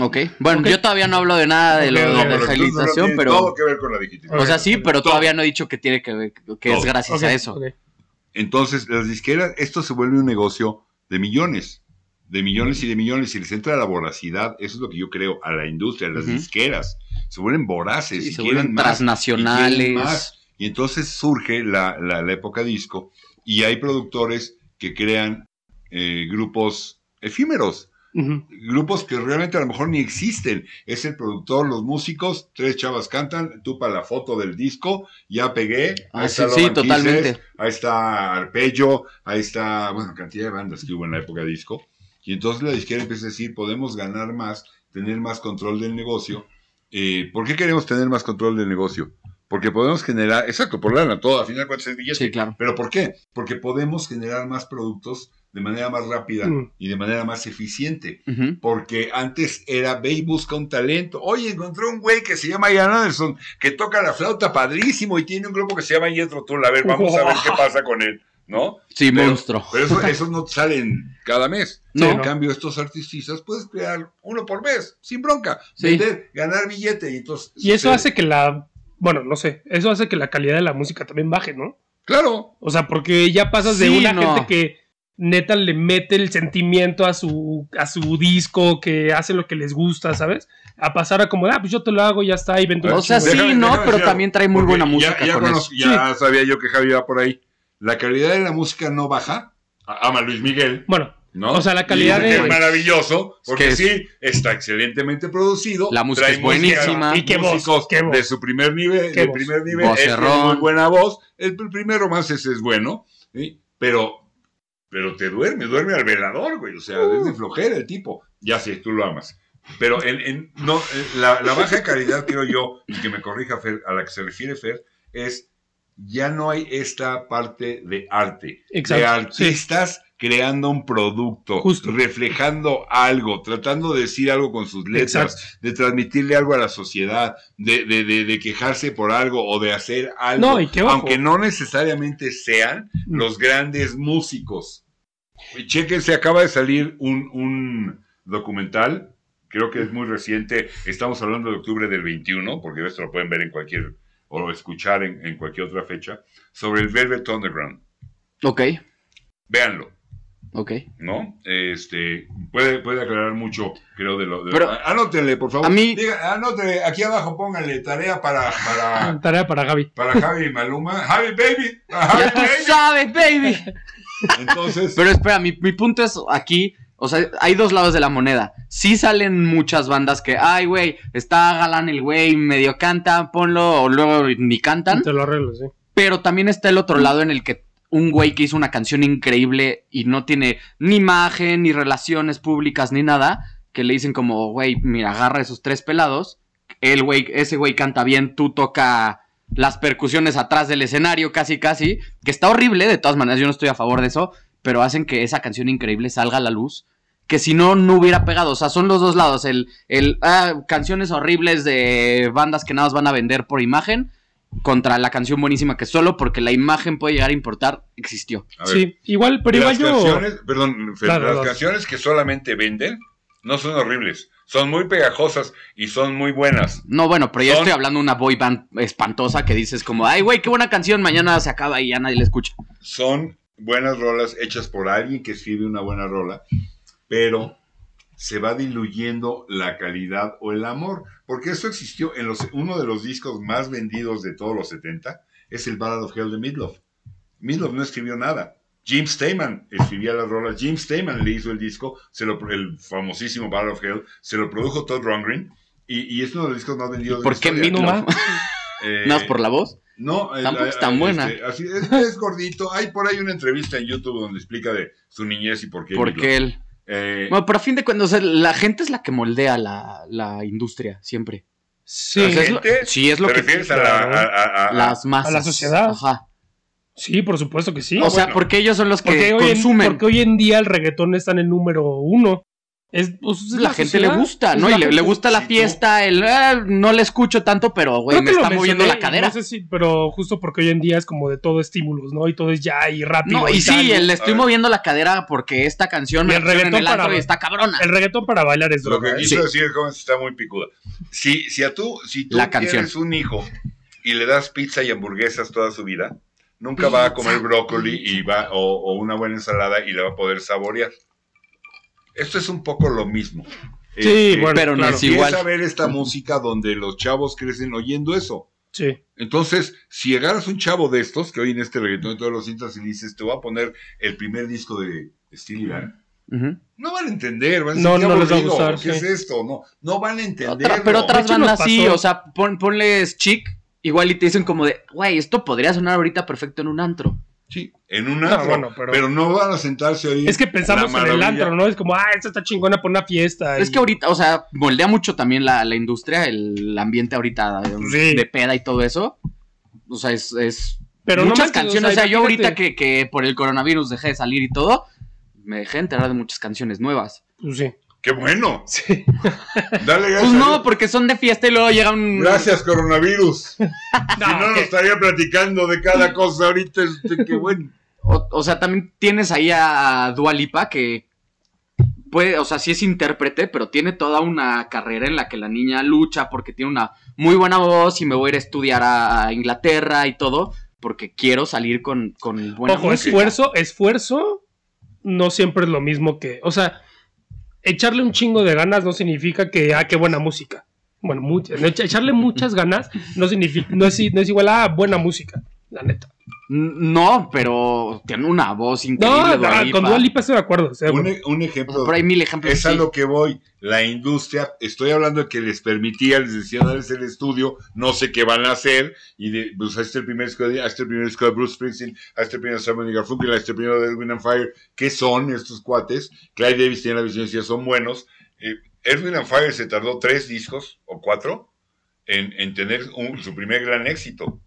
S3: Ok, bueno,
S2: Ok.
S3: yo todavía no hablo de nada de lo de
S1: Pero-
S3: la
S1: pero entonces no
S3: digitalización,
S1: tiene
S3: pero.
S1: Todo que ver con la digitalización.
S3: O sea, sí, pero
S1: Todo.
S3: todavía no he dicho que tiene que ver, que es
S1: Todo.
S3: gracias
S2: Ok,
S3: a eso.
S2: ok.
S1: Entonces, las disqueras, esto se vuelve un negocio de millones, de millones y de millones. Si les entra la voracidad, eso es lo que yo creo, a la industria, a las
S3: Ujú.
S1: disqueras. Se vuelven voraces
S3: Sí,
S1: y
S3: se
S1: quieren
S3: vuelven
S1: más.
S3: transnacionales.
S1: y quieren más. Y entonces surge la, la- la época disco y hay productores que crean eh, grupos efímeros,
S2: Ujú.
S1: grupos que realmente a lo mejor ni existen. Es el productor, los músicos, tres chavas cantan, tú para la foto del disco, ya pegué.
S3: Ah,
S1: ahí
S3: sí,
S1: está
S3: sí,
S1: Loban Kisses,
S3: totalmente.
S1: Ahí está Arpello, ahí está, bueno, cantidad de bandas que hubo en la época disco. Y entonces la izquierda empieza a decir, podemos ganar más, tener más control del negocio. Eh, ¿Por qué queremos tener más control del negocio? Porque podemos generar, exacto, por lana, todo, al final de cuentas es billete.
S3: Sí, claro.
S1: ¿Pero por qué? Porque podemos generar más productos de manera más rápida
S2: Mm.
S1: y de manera más eficiente.
S3: Ujú.
S1: Porque antes era ve y busca un talento. Oye, encontré un güey que se llama Ian Anderson, que toca la flauta padrísimo y tiene un grupo que se llama Yetro Tool. A ver, vamos a ver qué pasa con él, ¿no?
S3: Sí,
S1: Pero-
S3: monstruo.
S1: Pero eso, esos no salen cada mes.
S3: [LAUGHS] No.
S1: En cambio, estos artistas puedes crear uno por mes, sin bronca.
S3: Sí.
S1: Vender, ganar billete. Y, entonces,
S2: Y eso
S1: sucede.
S2: hace que la. Bueno, no sé. Eso hace que la calidad de la música también baje, ¿no?
S1: Claro.
S2: O sea, porque ya pasas de
S3: Sí,
S2: una
S3: no.
S2: gente que neta le mete el sentimiento a su, a su disco, que hace lo que les gusta, ¿sabes? A pasar a como, ah, pues yo te lo hago, ya está, y vente.
S3: O
S2: un
S3: sea,
S2: chingo.
S3: sí, no,
S1: déjame
S3: pero
S1: decir algo,
S3: también trae muy
S1: porque
S3: buena
S1: ya-
S3: música
S1: Ya,
S3: con
S1: conozco- ya sabía yo que Javi iba por ahí. La calidad de la música no baja. A- Ama Luis Miguel.
S2: Bueno,
S1: ¿no?
S2: O sea, la calidad
S1: Dicen que
S3: de-
S1: es maravilloso, porque
S3: Es que
S1: sí, está excelentemente producido.
S3: La música
S1: trae
S3: es buenísima.
S2: Y qué voz,
S1: músicos
S2: qué voz.
S1: de su primer nivel,
S2: Qué
S1: de
S2: voz.
S1: primer nivel, él tiene
S3: Vocerrón.
S1: muy buena voz. El, pr- primer romance ese es bueno, ¿sí? pero pero te duerme, duerme al velador, güey, o sea,
S3: Uh.
S1: es de flojera el tipo. Ya sé, tú lo amas. Pero en, en- no, en la, la baja calidad, creo yo, y que me corrija Fer, a la que se refiere Fer, es ya no hay esta parte de arte,
S2: Exacto,
S1: de artistas creando un producto,
S2: Justo.
S1: reflejando algo, tratando de decir algo con sus letras,
S2: exacto.
S1: de transmitirle algo a la sociedad, de, de- de- de quejarse por algo o de hacer algo,
S2: No, y qué ojo.
S1: aunque no necesariamente sean
S2: Mm.
S1: los grandes músicos. Y Chequen, se acaba de salir un, un documental, creo que es muy reciente, estamos hablando de octubre del 21, porque esto lo pueden ver en cualquier, o escuchar en, en cualquier otra fecha, sobre el Velvet Underground.
S3: Ok,
S1: Véanlo.
S3: ok.
S1: ¿no? Este, puede, puede aclarar mucho, creo, de lo... De
S3: Pero-
S1: anótenle, por favor.
S3: A mí-
S1: Diga, anótenle, aquí abajo pónganle tarea para, para,
S2: Tarea para Gaby.
S1: para Javi Maluma. Javi Baby, para
S3: Ya
S1: Javi
S3: tú
S1: Baby.
S3: sabes, baby.
S1: Entonces,
S3: Pero espera, mi, mi punto es aquí. O sea, hay dos lados de la moneda. Sí salen muchas bandas que, ay, güey, está galán el güey, medio canta, ponlo, o luego ni cantan.
S2: Te lo arreglo, sí.
S3: Pero también está el otro lado en el que un güey que hizo una canción increíble y no tiene ni imagen, ni relaciones públicas, ni nada, que le dicen como, güey, mira, agarra esos tres pelados, el güey, ese güey canta bien, tú toca las percusiones atrás del escenario, casi, casi, que está horrible, de todas maneras, yo no estoy a favor de eso, pero hacen que esa canción increíble salga a la luz, que si no, no hubiera pegado, o sea, son los dos lados, el, el, ah, canciones horribles de bandas que nada más van a vender por imagen, contra la canción buenísima que solo porque la imagen puede llegar a importar existió.
S1: a ver,
S2: Sí, igual, pero igual
S1: las
S2: yo.
S1: canciones, perdón, Fer,
S2: Claro,
S1: las
S2: vas.
S1: canciones que solamente venden no son horribles, son muy pegajosas y son muy buenas.
S3: No, bueno, pero yo
S1: Son-
S3: estoy hablando de una boy band espantosa que dices como, ay, güey, qué buena canción, mañana se acaba y ya nadie la escucha.
S1: Son buenas rolas hechas por alguien que escribe una buena rola, pero se va diluyendo la calidad o el amor, porque eso existió en los, uno de los discos más vendidos de todos los 70, es el Ballad of Hell de Midlove. Midlove no escribió nada. Jim Steinman escribía las rolas, Jim Steinman le hizo el disco, se lo, el famosísimo Ballad of Hell, se lo produjo Todd Rundgren, y, y es uno de los discos más vendidos de
S3: ¿Por
S1: la
S3: qué
S1: historia.
S2: No
S3: [LAUGHS] Midlove?
S2: más.
S1: Eh,
S3: [LAUGHS] ¿Nada más por la voz?
S1: no, eh,
S3: Tampoco
S1: eh,
S3: es tan buena.
S1: este, así es, es gordito. Hay por ahí una entrevista en YouTube donde explica de su niñez y por qué.
S3: Porque
S1: Midlove.
S3: él.
S1: Eh,
S3: Bueno, pero a fin de cuentas, o sea, la gente es la que moldea la, la industria, siempre.
S2: Sí,
S3: O sea, es lo-
S1: Gente,
S3: sí, es lo
S1: ¿Te
S3: que.
S1: refieres a la- a- a- a- a-
S3: Las masas.
S2: A la sociedad.
S3: Ajá.
S2: sí, por supuesto que sí.
S3: o sea,
S1: bueno.
S3: porque ellos son los que
S2: porque, hoy en,
S3: consumen.
S2: porque hoy en día el reggaetón está en el número uno. Es, pues, es
S3: la gente le
S2: sociedad,
S3: gusta,
S2: es
S3: ¿no?
S2: la
S3: Y le,
S2: gente.
S3: le gusta la
S1: Sí, tú.
S3: fiesta, el "Ah, no le escucho tanto, pero güey,
S2: Creo
S3: me
S2: que lo
S3: está moviendo
S2: mencioné
S3: la
S2: y
S3: cadera.
S2: No sé si, pero justo porque hoy en día es como de todo estímulos, ¿no? Y todo es ya y rápido.
S3: No, y
S2: tal,
S3: sí,
S2: ¿no?
S3: el- le estoy
S1: ver.
S3: moviendo la cadera porque esta canción
S2: Y
S3: me la
S2: el
S3: pusieron en
S2: reggaetón
S3: el antro
S2: para-
S3: y está cabrona.
S2: El reggaetón para bailar es
S1: Lo que
S2: droga. ¿eh?
S1: quiso decir el joven está muy picuda. Si, si a tú, si tú
S3: La canción.
S1: tienes un hijo y le das pizza y hamburguesas toda su vida, nunca va a comer brócoli y va, o, o una buena ensalada y la va a poder saborear. Esto es un poco lo mismo. Este,
S2: Sí, bueno,
S3: pero no
S2: claro.
S3: es
S1: Empieza
S3: igual.
S1: a ver esta música donde los chavos crecen oyendo eso.
S2: Sí.
S1: Entonces, si agarras un chavo de estos, que hoy en este reggaetón de todos los cintas y le dices, te voy a poner el primer disco de Steely Dan,
S3: Ujú.
S1: no van a entender, van a
S2: No,
S1: decir, "Qué
S2: no les va a
S1: aburrido,
S2: gustar,
S1: ¿Qué
S2: sí.
S1: es esto? No, no van a entender.
S3: Otra- pero
S2: De
S3: otras
S2: hecho, nos
S3: bandas sí,
S2: pasó.
S3: o sea, pon- ponles chic, igual y te dicen como de, güey, esto podría sonar ahorita perfecto en un antro.
S1: Sí, en un
S2: No,
S1: antro,
S2: bueno, pero-
S1: pero... no van a sentarse ahí.
S2: Es que pensamos
S1: La
S2: en el
S1: maravilla.
S2: antro, ¿no? Es como, ah, esta está chingona por una fiesta.
S3: Es
S2: y-
S3: que ahorita, o sea, moldea mucho también la, la industria, el ambiente ahorita eh,
S2: Pues Sí.
S3: de peda y todo eso. O sea, es, es
S2: Pero no
S3: muchas
S2: manches,
S3: canciones. O sea, yo
S2: imagínate,
S3: ahorita que, que por el coronavirus dejé de salir y todo, me dejé enterar de muchas canciones nuevas.
S2: Pues sí.
S1: ¡Qué bueno!
S2: Sí.
S1: Dale gracias.
S3: Pues
S1: a
S3: no,
S1: Dios.
S3: porque son de fiesta y luego llega un...
S1: Gracias, coronavirus.
S2: [LAUGHS] No,
S1: si no, nos
S2: que-
S1: estaría platicando de cada
S2: [LAUGHS]
S1: cosa ahorita. Este, qué bueno.
S3: O, o sea, también tienes ahí a Dualipa que puede, o sea, sí es intérprete, pero tiene toda una carrera en la que la niña lucha porque tiene una muy buena voz y me voy a ir a estudiar a Inglaterra y todo porque quiero salir con, con buena
S2: Ojo,
S3: música.
S2: esfuerzo, esfuerzo no siempre es lo mismo que. O sea, echarle un chingo de ganas no significa que, ah, qué buena música. Bueno, muchas, no, echa- echarle muchas ganas no significa, no es, no es igual a buena música, la neta.
S3: N- No, pero tiene una voz increíble.
S2: No,
S3: Dua
S2: no,
S3: Lipa.
S2: con Dua Lipa estoy de acuerdo. o sea,
S1: Un,
S2: bueno,
S1: e- un
S3: O sea,
S1: ejemplo.
S3: por ahí mil ejemplos.
S1: Es a
S3: así.
S1: lo que voy. La industria, estoy hablando de que les permitía, les decía darles el estudio, no sé qué van a hacer, y de, pues este el primer disco de, hazte el primer disco de Bruce Springsteen, este el primer de Simon y Garfunkel, hazte el primero de Edwin and Fire, ¿qué son estos cuates? Clyde Davis tiene la visión, decía, son buenos. Eh, Edwin and Fire se tardó tres discos, o cuatro, en, en tener un- su primer gran éxito.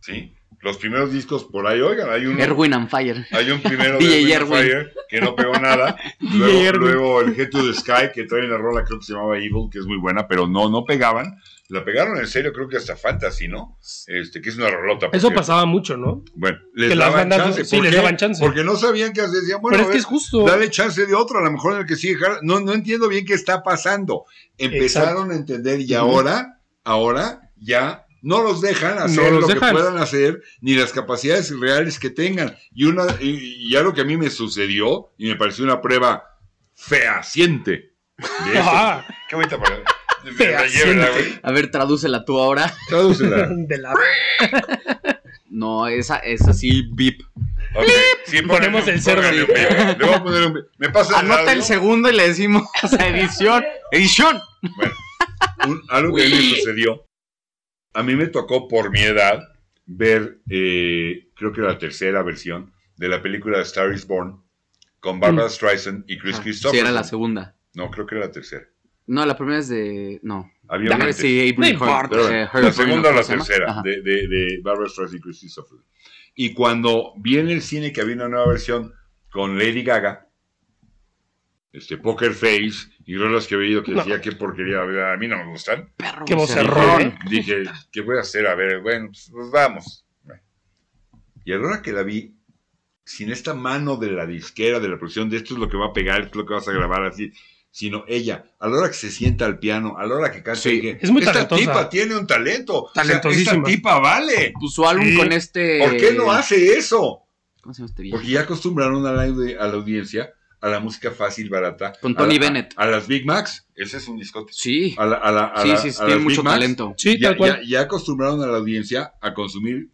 S1: ¿Sí? Los primeros discos, por ahí, oigan, hay uno...
S3: Erwin and Fire.
S1: Hay un primero de
S3: DJ
S1: Wind
S3: Erwin.
S1: Fire que no pegó nada.
S2: DJ
S1: luego,
S2: Erwin.
S1: luego el Head to the Sky que trae una rola, creo que se llamaba Evil, que es muy buena, pero no, no pegaban. La pegaron en serio, creo que hasta Fantasy, ¿no? Este, que es una rolota. por
S2: eso
S1: cierto.
S2: pasaba mucho, ¿no?
S1: Bueno, les
S2: Que las
S1: daban
S2: bandas-
S1: chance.
S2: sí,
S1: ¿Por
S2: les
S1: qué?
S2: daban chance.
S1: Porque no sabían qué hacer. Decían, bueno,
S2: Pero es que
S1: a
S2: es
S1: ver,
S2: justo.
S1: dale chance de otro. A lo mejor en el que sigue. jala- No, no entiendo bien qué está pasando. Empezaron a entender y
S2: Ujú.
S1: ahora, ahora ya no los dejan hacer
S2: los
S1: lo
S2: dejan.
S1: que puedan hacer, ni las capacidades reales que tengan. Y, una, y, y algo que a mí me sucedió y me pareció una prueba fehaciente. de eso.
S2: Ajá,
S1: Qué bonita palabra. Me la
S2: [LAUGHS] Fehaciente.
S1: llevo, la güey.
S3: A ver, tradúcela tú ahora.
S1: Tradúcela.
S2: de la-
S3: No, esa, esa sí, VIP.
S1: Ok, sí,
S2: Ponemos
S1: póngale-
S2: el cerdo.
S1: póngale un video. Le voy a poner un video. Me pasa el
S3: Anota
S1: radio.
S3: el segundo y le decimos [LAUGHS] edición. Edición.
S1: un- algo que a mí me sucedió. A mí me tocó por mi edad ver, eh, creo que la tercera versión de la película Star is Born con Barbara Streisand y Chris
S3: Mm. Ah,
S1: Christopher.
S3: Sí, era la segunda.
S1: No, creo que era la tercera.
S3: No, la primera es de. No.
S1: Había una
S3: Dame
S1: antes.
S3: sí, Avery
S2: No
S3: Hur-
S2: importa.
S1: Pero
S3: eh,
S1: bueno,
S3: Hurlburn,
S1: la segunda o
S3: ¿cómo
S1: la
S3: se llama?
S1: tercera
S3: Ajá.
S1: de, de, de Barbara Streisand y Chris Christopher. Y cuando vi en el cine que había una nueva versión con Lady Gaga, este Poker Face y rolas que había oído que
S2: No.
S1: decía qué porquería, a mí no me gustan.
S3: Perro,
S2: Qué
S3: o sea,
S2: vocerrón.
S1: Dije, dije, ¿qué voy a hacer? A ver, bueno, pues, pues, vamos. Y a la hora que la vi, sin esta mano de la disquera, de la producción, de esto es lo que va a pegar, esto es lo que vas a grabar, así, sino ella, a la hora que se sienta al piano, a la hora que canta,
S3: Sí,
S1: dije,
S2: es muy
S1: esta
S2: talentosa.
S1: tipa tiene un talento. O sea,
S2: Talentosísima.
S1: esta tipa vale.
S3: Pues su álbum
S2: Sí.
S3: con este.
S1: ¿Por qué no hace eso?
S3: ¿Cómo se llama este viejo?
S1: Porque ya acostumbraron a la, audi- a la audiencia a la música fácil, barata.
S3: Con
S1: A
S3: Tony
S1: la-
S3: Bennett.
S1: A, las Big Macs. Ese es un discote.
S3: Sí,
S1: A la- a la- a
S3: sí,
S1: la-
S3: sí, sí,
S1: a
S3: tiene
S1: las
S3: mucho
S1: Big Macs,
S3: talento.
S2: Sí,
S1: ya,
S2: tal cual.
S1: ya- ya acostumbraron a la audiencia a consumir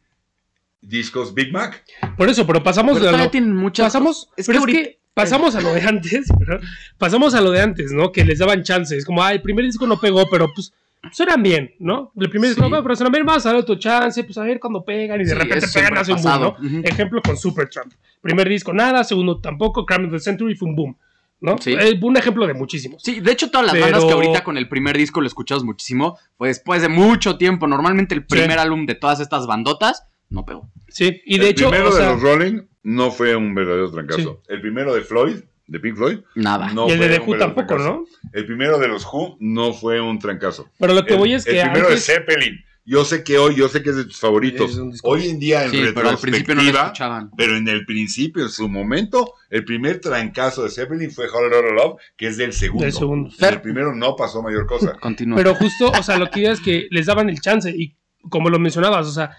S1: discos Big Mac.
S2: Por eso, pero pasamos
S3: Pero
S2: de
S3: todavía
S2: lo-
S3: tienen muchas.
S2: pasamos,
S3: es
S2: pero
S3: que
S2: es
S3: ahorita-
S2: que pasamos a lo de antes, [LAUGHS] ¿verdad? pasamos a lo de antes, ¿no? Que les daban chances, como, ay, el primer disco no pegó, pero pues suenan bien, ¿no? El primer disco
S3: Sí.
S2: no pegó, pero suenan bien, vamos a dar otro chance, pues a ver cuando pegan y de
S3: Sí,
S2: repente
S3: eso
S2: pegan
S3: siempre ha
S2: hace un boom, ¿no? Eh,
S3: pasado. Ujú.
S2: Ejemplo con Supertramp. Primer disco nada, segundo tampoco, Crime of the Century fue un boom, ¿no?
S3: Sí.
S2: Eh, un ejemplo de muchísimos.
S3: Sí, de hecho, todas las
S2: Pero-
S3: bandas que ahorita con el primer disco lo escuchamos muchísimo fue después de mucho tiempo. Normalmente el primer álbum de todas estas bandotas no pegó.
S2: Sí, y de
S1: el
S2: hecho,
S1: primero
S2: o sea,
S1: de los Rolling no fue un verdadero trancazo. El primero de Floyd, de Pink Floyd,
S3: Nada.
S1: no
S2: Ah, y el
S1: fue
S2: de The
S1: un
S2: Who
S1: verdadero
S2: tampoco,
S1: trancazo.
S2: ¿no?
S1: El primero de los Who no fue un trancazo.
S2: Pero lo que
S1: el,
S2: voy es
S1: el
S2: que
S1: primero
S2: antes,
S1: de Zeppelin. Yo sé que hoy, yo sé que es de tus favoritos.
S2: Es un disco.
S1: hoy en día, en
S3: Sí, pero al principio no lo
S1: retrospectiva,
S3: escuchaban.
S1: pero en el principio, en su momento, el primer trancazo de Zeppelin fue Hollow Love, que es del segundo.
S2: Del segundo.
S1: En el primero no pasó mayor cosa.
S3: Continúa.
S2: pero justo, o sea, lo que digo es que les daban el chance y como lo mencionabas, o sea,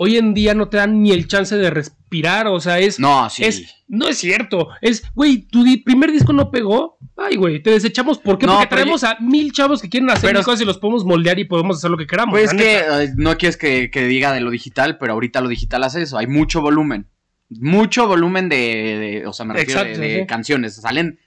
S2: hoy en día no te dan ni el chance de respirar, o sea, es...
S3: no, sí.
S2: Es, no es cierto, es, güey, tu di- primer disco no pegó, ay, güey, te desechamos, ¿por qué?
S3: No,
S2: Porque
S3: pero
S2: traemos a mil chavos que quieren hacer
S3: Pero-
S2: mil cosas y los podemos moldear y podemos hacer lo que queramos.
S3: Pues es
S2: la
S3: que
S2: neta.
S3: eh, no quieres que, que diga de lo digital, pero ahorita lo digital hace eso. Hay mucho volumen. Mucho volumen de. de- o sea, me refiero
S2: Exacto,
S3: de, de
S2: sí.
S3: canciones. Salen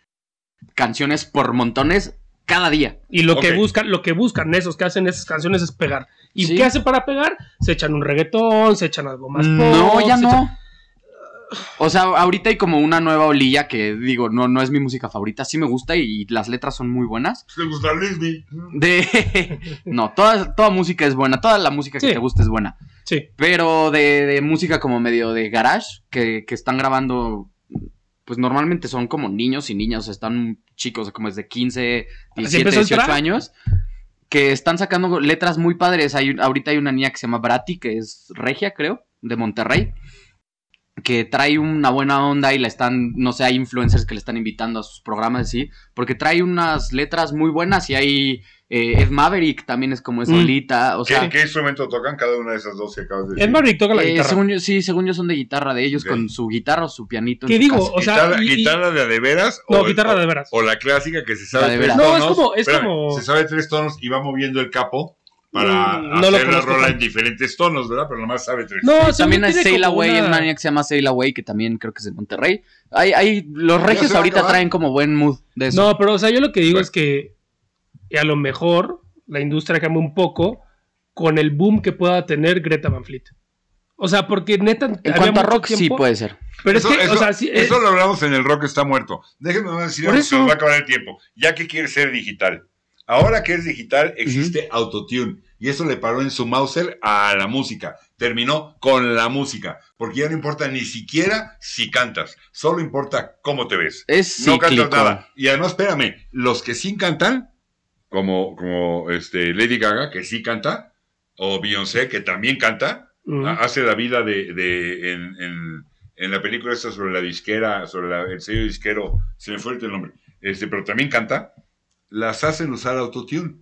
S3: canciones por montones cada día.
S2: Y lo
S1: Ok.
S2: que buscan, lo que buscan esos que hacen esas canciones es pegar. ¿Y
S3: Sí.
S2: qué hacen para pegar? Se echan un reggaetón, se echan algo más.
S3: No,
S2: pop,
S3: ya
S2: se echan-
S3: no. O sea, ahorita hay como una nueva olilla que digo, no, no es mi música favorita, sí me gusta y las letras son muy buenas.
S1: ¿Te gusta Lisby?
S3: De [LAUGHS] no, toda, toda música es buena, toda la música que
S2: Sí.
S3: te gusta es buena.
S2: Sí.
S3: Pero de, de música como medio de garage, que, que están grabando, pues normalmente son como niños y niñas, o sea, están chicos, como desde 15, 17,
S2: empezó el
S3: 18
S2: trap.
S3: años, que están sacando letras muy padres. Hay, un- ahorita hay una niña que se llama Brati, que es regia, creo, de Monterrey, que trae una buena onda y la están, no sé, hay influencers que le están invitando a sus programas, sí, porque trae unas letras muy buenas y hay... eh, Ed Maverick también es como es
S2: Mm.
S3: solita, o
S1: ¿Qué,
S3: sea,
S1: ¿Qué instrumento tocan cada una de esas dos que acabas de decir?
S2: Es Maverick toca la
S3: eh,
S2: guitarra.
S3: según yo- sí, según yo son de guitarra de ellos,
S1: Ok.
S3: con su guitarra o su pianito. en
S2: ¿Qué
S3: su
S2: digo?
S3: casa.
S2: O sea,
S1: guitarra,
S2: y- y-
S1: guitarra de a de veras
S2: no,
S1: o,
S2: guitarra
S1: o-
S2: de veras.
S1: o la clásica que se
S3: La
S1: sabe
S3: de
S1: tres
S3: veras.
S2: No,
S1: tonos.
S2: es como- es
S1: Espérame,
S2: como-
S1: se sabe tres tonos y va moviendo el capo para
S2: Mm, no lo
S1: hacer la
S2: conozco
S1: rola en
S2: tanto.
S1: diferentes tonos, ¿verdad? Pero nomás sabe tres.
S2: No, según
S3: También
S2: yo
S3: hay
S2: tiene
S3: Sail
S2: como
S3: Away,
S2: una-
S3: una niña que se llama Sail Away, que también creo que es de Monterrey. Hay, hay, los
S1: Ya se
S3: regios
S1: va a
S3: ahorita
S1: acabar.
S3: traen como buen mood de eso.
S2: No, pero o sea, yo lo que digo
S1: Bueno.
S2: es que a lo mejor la industria cambia un poco con el boom que pueda tener Greta Van Fleet. O sea, porque neta.
S3: en
S2: había
S3: cuanto a
S2: mucho
S3: rock, sí pues.
S2: tiempo-
S3: puede ser.
S2: Pero
S1: eso,
S2: es que,
S1: eso-
S2: o sea, sí, eh,
S1: eso lo hablamos en el rock está muerto. Déjenme nomás decir
S2: Por
S1: algo, se
S2: eso.
S1: nos va a acabar el tiempo. Ya que quiere ser digital. Ahora que es digital, existe autotune. Y eso le paró en su Mauser a la música. Terminó con la música. Porque ya no importa ni siquiera si cantas. Solo importa cómo te ves.
S3: Es
S1: no
S3: cíclico.
S1: cantas nada. Y además, espérame, los que sí cantan, como, como este Lady Gaga, que sí canta, o Beyoncé, que también canta,
S2: mm,
S1: ha- hace la vida de, de- en, en- en la película esta sobre la disquera, sobre la- el sello disquero, se me fue ahorita el nombre, este, pero también canta, las hacen usar autotune.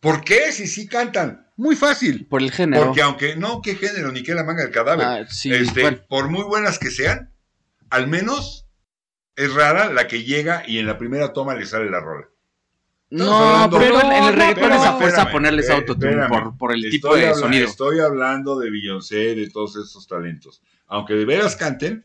S1: ¿Por qué si sí cantan? Muy fácil.
S3: Por el género.
S1: Porque aunque no, qué género, ni qué la manga del cadáver.
S3: Ah, sí,
S1: Este,
S3: bueno,
S1: por muy buenas que sean, al menos es rara la que llega y en la primera toma le sale la rola.
S3: no,
S1: hablando-
S3: pero en el
S2: Pero-
S3: reggaetón
S2: pero-
S3: es a fuerza
S1: espérame,
S3: ponerles
S1: espérame.
S3: autotune por, por el
S1: Estoy
S3: tipo de
S1: habla-
S3: sonido.
S1: Estoy hablando de Beyoncé, de todos estos talentos. Aunque de veras canten,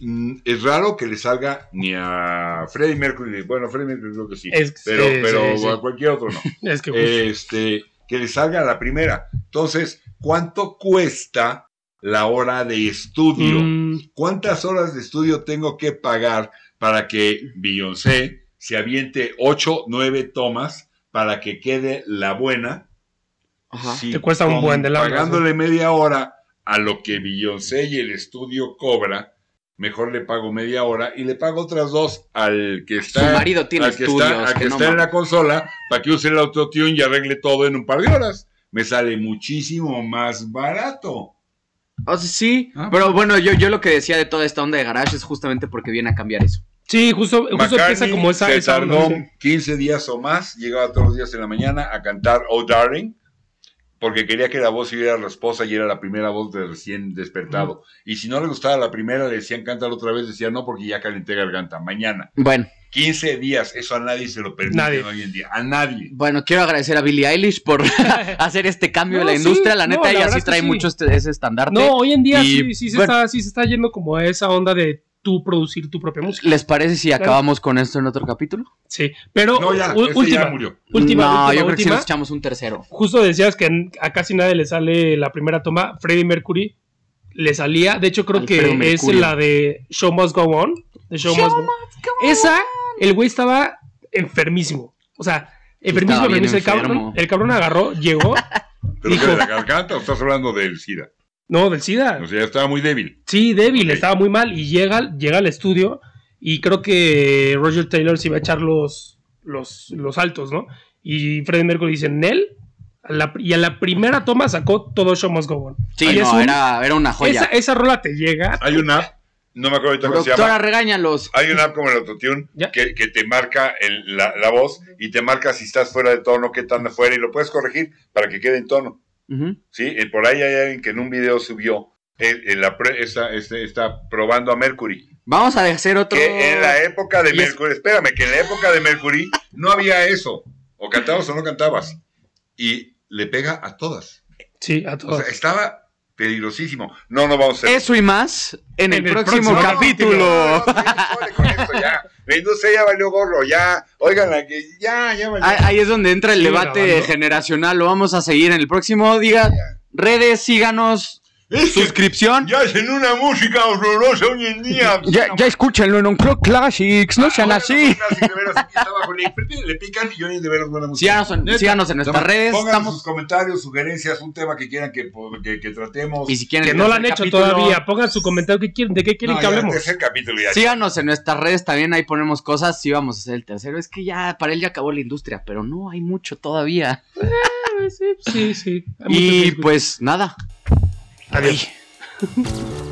S1: mm, es raro que le salga ni a Freddie Mercury. Bueno, Freddie Mercury creo que sí.
S2: Es-
S1: pero
S2: sí,
S1: pero
S2: sí, sí.
S1: a cualquier otro
S2: [LAUGHS]
S1: no.
S2: es que justo-
S1: este, que le salga a la primera. Entonces, ¿cuánto cuesta la hora de estudio?
S2: mm,
S1: ¿cuántas horas de estudio tengo que pagar para que Beyoncé se aviente 8, 9 tomas para que quede la buena?
S3: Ajá.
S1: Si
S2: Te cuesta un
S1: con-
S2: buen de ¿eh? lana,
S1: Pagándole media hora a lo que Beyoncé y el estudio cobra, mejor le pago media hora y le pago otras dos al que
S3: Su
S1: está,
S3: marido tiene
S1: al que está-
S3: estudios.
S1: al que
S3: que no
S1: está en
S3: mames.
S1: la consola para que use el autotune y arregle todo en un par de horas. Me sale muchísimo más barato.
S3: O sea, sí,
S1: Ah,
S3: pero bueno, yo, yo lo que decía de toda esta onda de garage es justamente porque viene a cambiar eso.
S2: sí, justo, justo
S1: McCartney
S2: empieza como esa.
S1: se
S2: esa onda,
S1: tardó
S2: ¿no?
S1: 15 días o más, llegaba todos los días en la mañana a cantar Oh Darling porque quería que la voz siguiera rasposa y era la primera voz de recién despertado. Y si no le gustaba la primera, le decían cántalo otra vez, decía no, porque ya calenté garganta. Mañana.
S3: Bueno,
S1: 15 días, eso a nadie se lo permite
S2: Nadie.
S1: hoy en día. A nadie.
S3: bueno, quiero agradecer a Billie Eilish
S2: [LAUGHS]
S3: por [LAUGHS] hacer este cambio
S2: No,
S3: de la
S2: sí,
S3: industria. La
S2: no,
S3: neta,
S2: la
S3: ella
S2: verdad
S3: sí
S2: es que
S3: trae
S2: sí.
S3: mucho este- ese estandarte.
S2: No, hoy en día
S3: Y,
S2: sí, sí, se
S3: bueno.
S2: está, sí se está yendo como a esa onda de tú producir tu propia música.
S3: ¿Les parece si
S2: Claro.
S3: acabamos con esto en otro capítulo?
S2: Sí, pero
S1: No, ya,
S2: u-
S1: este
S2: última,
S1: ya murió.
S2: última,
S3: no,
S2: última,
S3: yo creo que sí
S2: última.
S3: nos echamos un tercero.
S2: Justo decías que n- a casi nadie le sale la primera toma. Freddie Mercury le salía, de hecho creo
S3: Alfredo
S2: que es
S3: Mercurio.
S2: la de Show Must Go On. de Show Must Go On. Esa, el güey estaba enfermísimo. O sea, enfermísimo,
S3: estaba bien
S2: enfermizo. El cabrón,
S3: enfermo.
S2: el cabrón agarró, llegó.
S1: ¿Pero
S2: Hijo.
S1: que de la garganta o estás hablando del SIDA?
S2: No, del SIDA.
S3: Pues,
S1: O sea, estaba muy débil.
S2: Sí, débil,
S1: Ok.
S2: estaba muy mal y llega, llega al estudio y creo que Roger Taylor se iba a echar los, los, los altos, ¿no? Y Freddie Mercury dice, Nel, a la pri- y a la primera toma sacó todo Show Must Go On.
S3: Sí,
S2: Y es
S3: no,
S2: un-
S3: era, era una joya.
S2: Esa, esa rola te llega.
S1: Hay una app, no me acuerdo ahorita cómo se
S3: Doctora,
S1: llama.
S3: regáñalos.
S1: Hay una app como el autotune
S2: Ya.
S1: que, que te marca el- la, la voz y te marca si estás fuera de tono, qué tan afuera, y lo puedes corregir para que quede en tono.
S3: Ujú.
S1: ¿sí? Eh, por ahí hay alguien que en un video subió, él, él la pre- esa- este, está probando a Mercury.
S3: Vamos a hacer otro.
S1: Que en la época de
S3: Y es-
S1: Mercury, espérame, que en la época de Mercury no había eso. O cantabas o no cantabas. Y le pega a todas.
S2: Sí, a
S1: O
S2: todos.
S1: sea, estaba peligrosísimo. No, no vamos a hacer.
S3: Eso y más en, el, próximo,
S1: No, no,
S3: capítulo.
S1: no, no, sí, sobre con esto, ya. La industria ya valió gorro, ya. Oigan, la que ya, ya valió.
S3: Ahí, ahí es donde entra el
S2: Sigue
S3: debate
S2: grabando.
S3: generacional. Lo vamos a seguir en el próximo. Diga, redes, síganos,
S1: Es que
S3: suscripción.
S1: Este ya hacen una música horrorosa hoy en día.
S3: escúchenlo en un Club Classics, no
S1: Ahora los clásicos, de veras, aquí está abajo, Le le pican y yo ni de veras buena música.
S3: Síganos en,
S1: Neta.
S3: síganos en nuestras
S1: Pongan
S3: redes.
S1: sus
S3: Estamos...
S1: comentarios, sugerencias, un tema que quieran que, que- que tratemos.
S3: Y si quieren,
S2: que
S3: el
S2: no la han
S3: tercer
S2: hecho
S3: capítulo,
S2: todavía. Pongan su comentario que quieren, de qué quieren
S1: No,
S2: que
S1: ya,
S2: hablemos.
S1: tercer capítulo ya.
S3: Síganos en nuestras redes también. Ahí ponemos cosas. Sí, vamos a hacer el tercero. Es que ya para él ya acabó la industria, pero no hay mucho todavía.
S2: Ah, Sí, sí, sí. Hay mucho que
S3: Y
S2: discutir.
S3: pues nada.
S2: Adiós.
S3: Ay.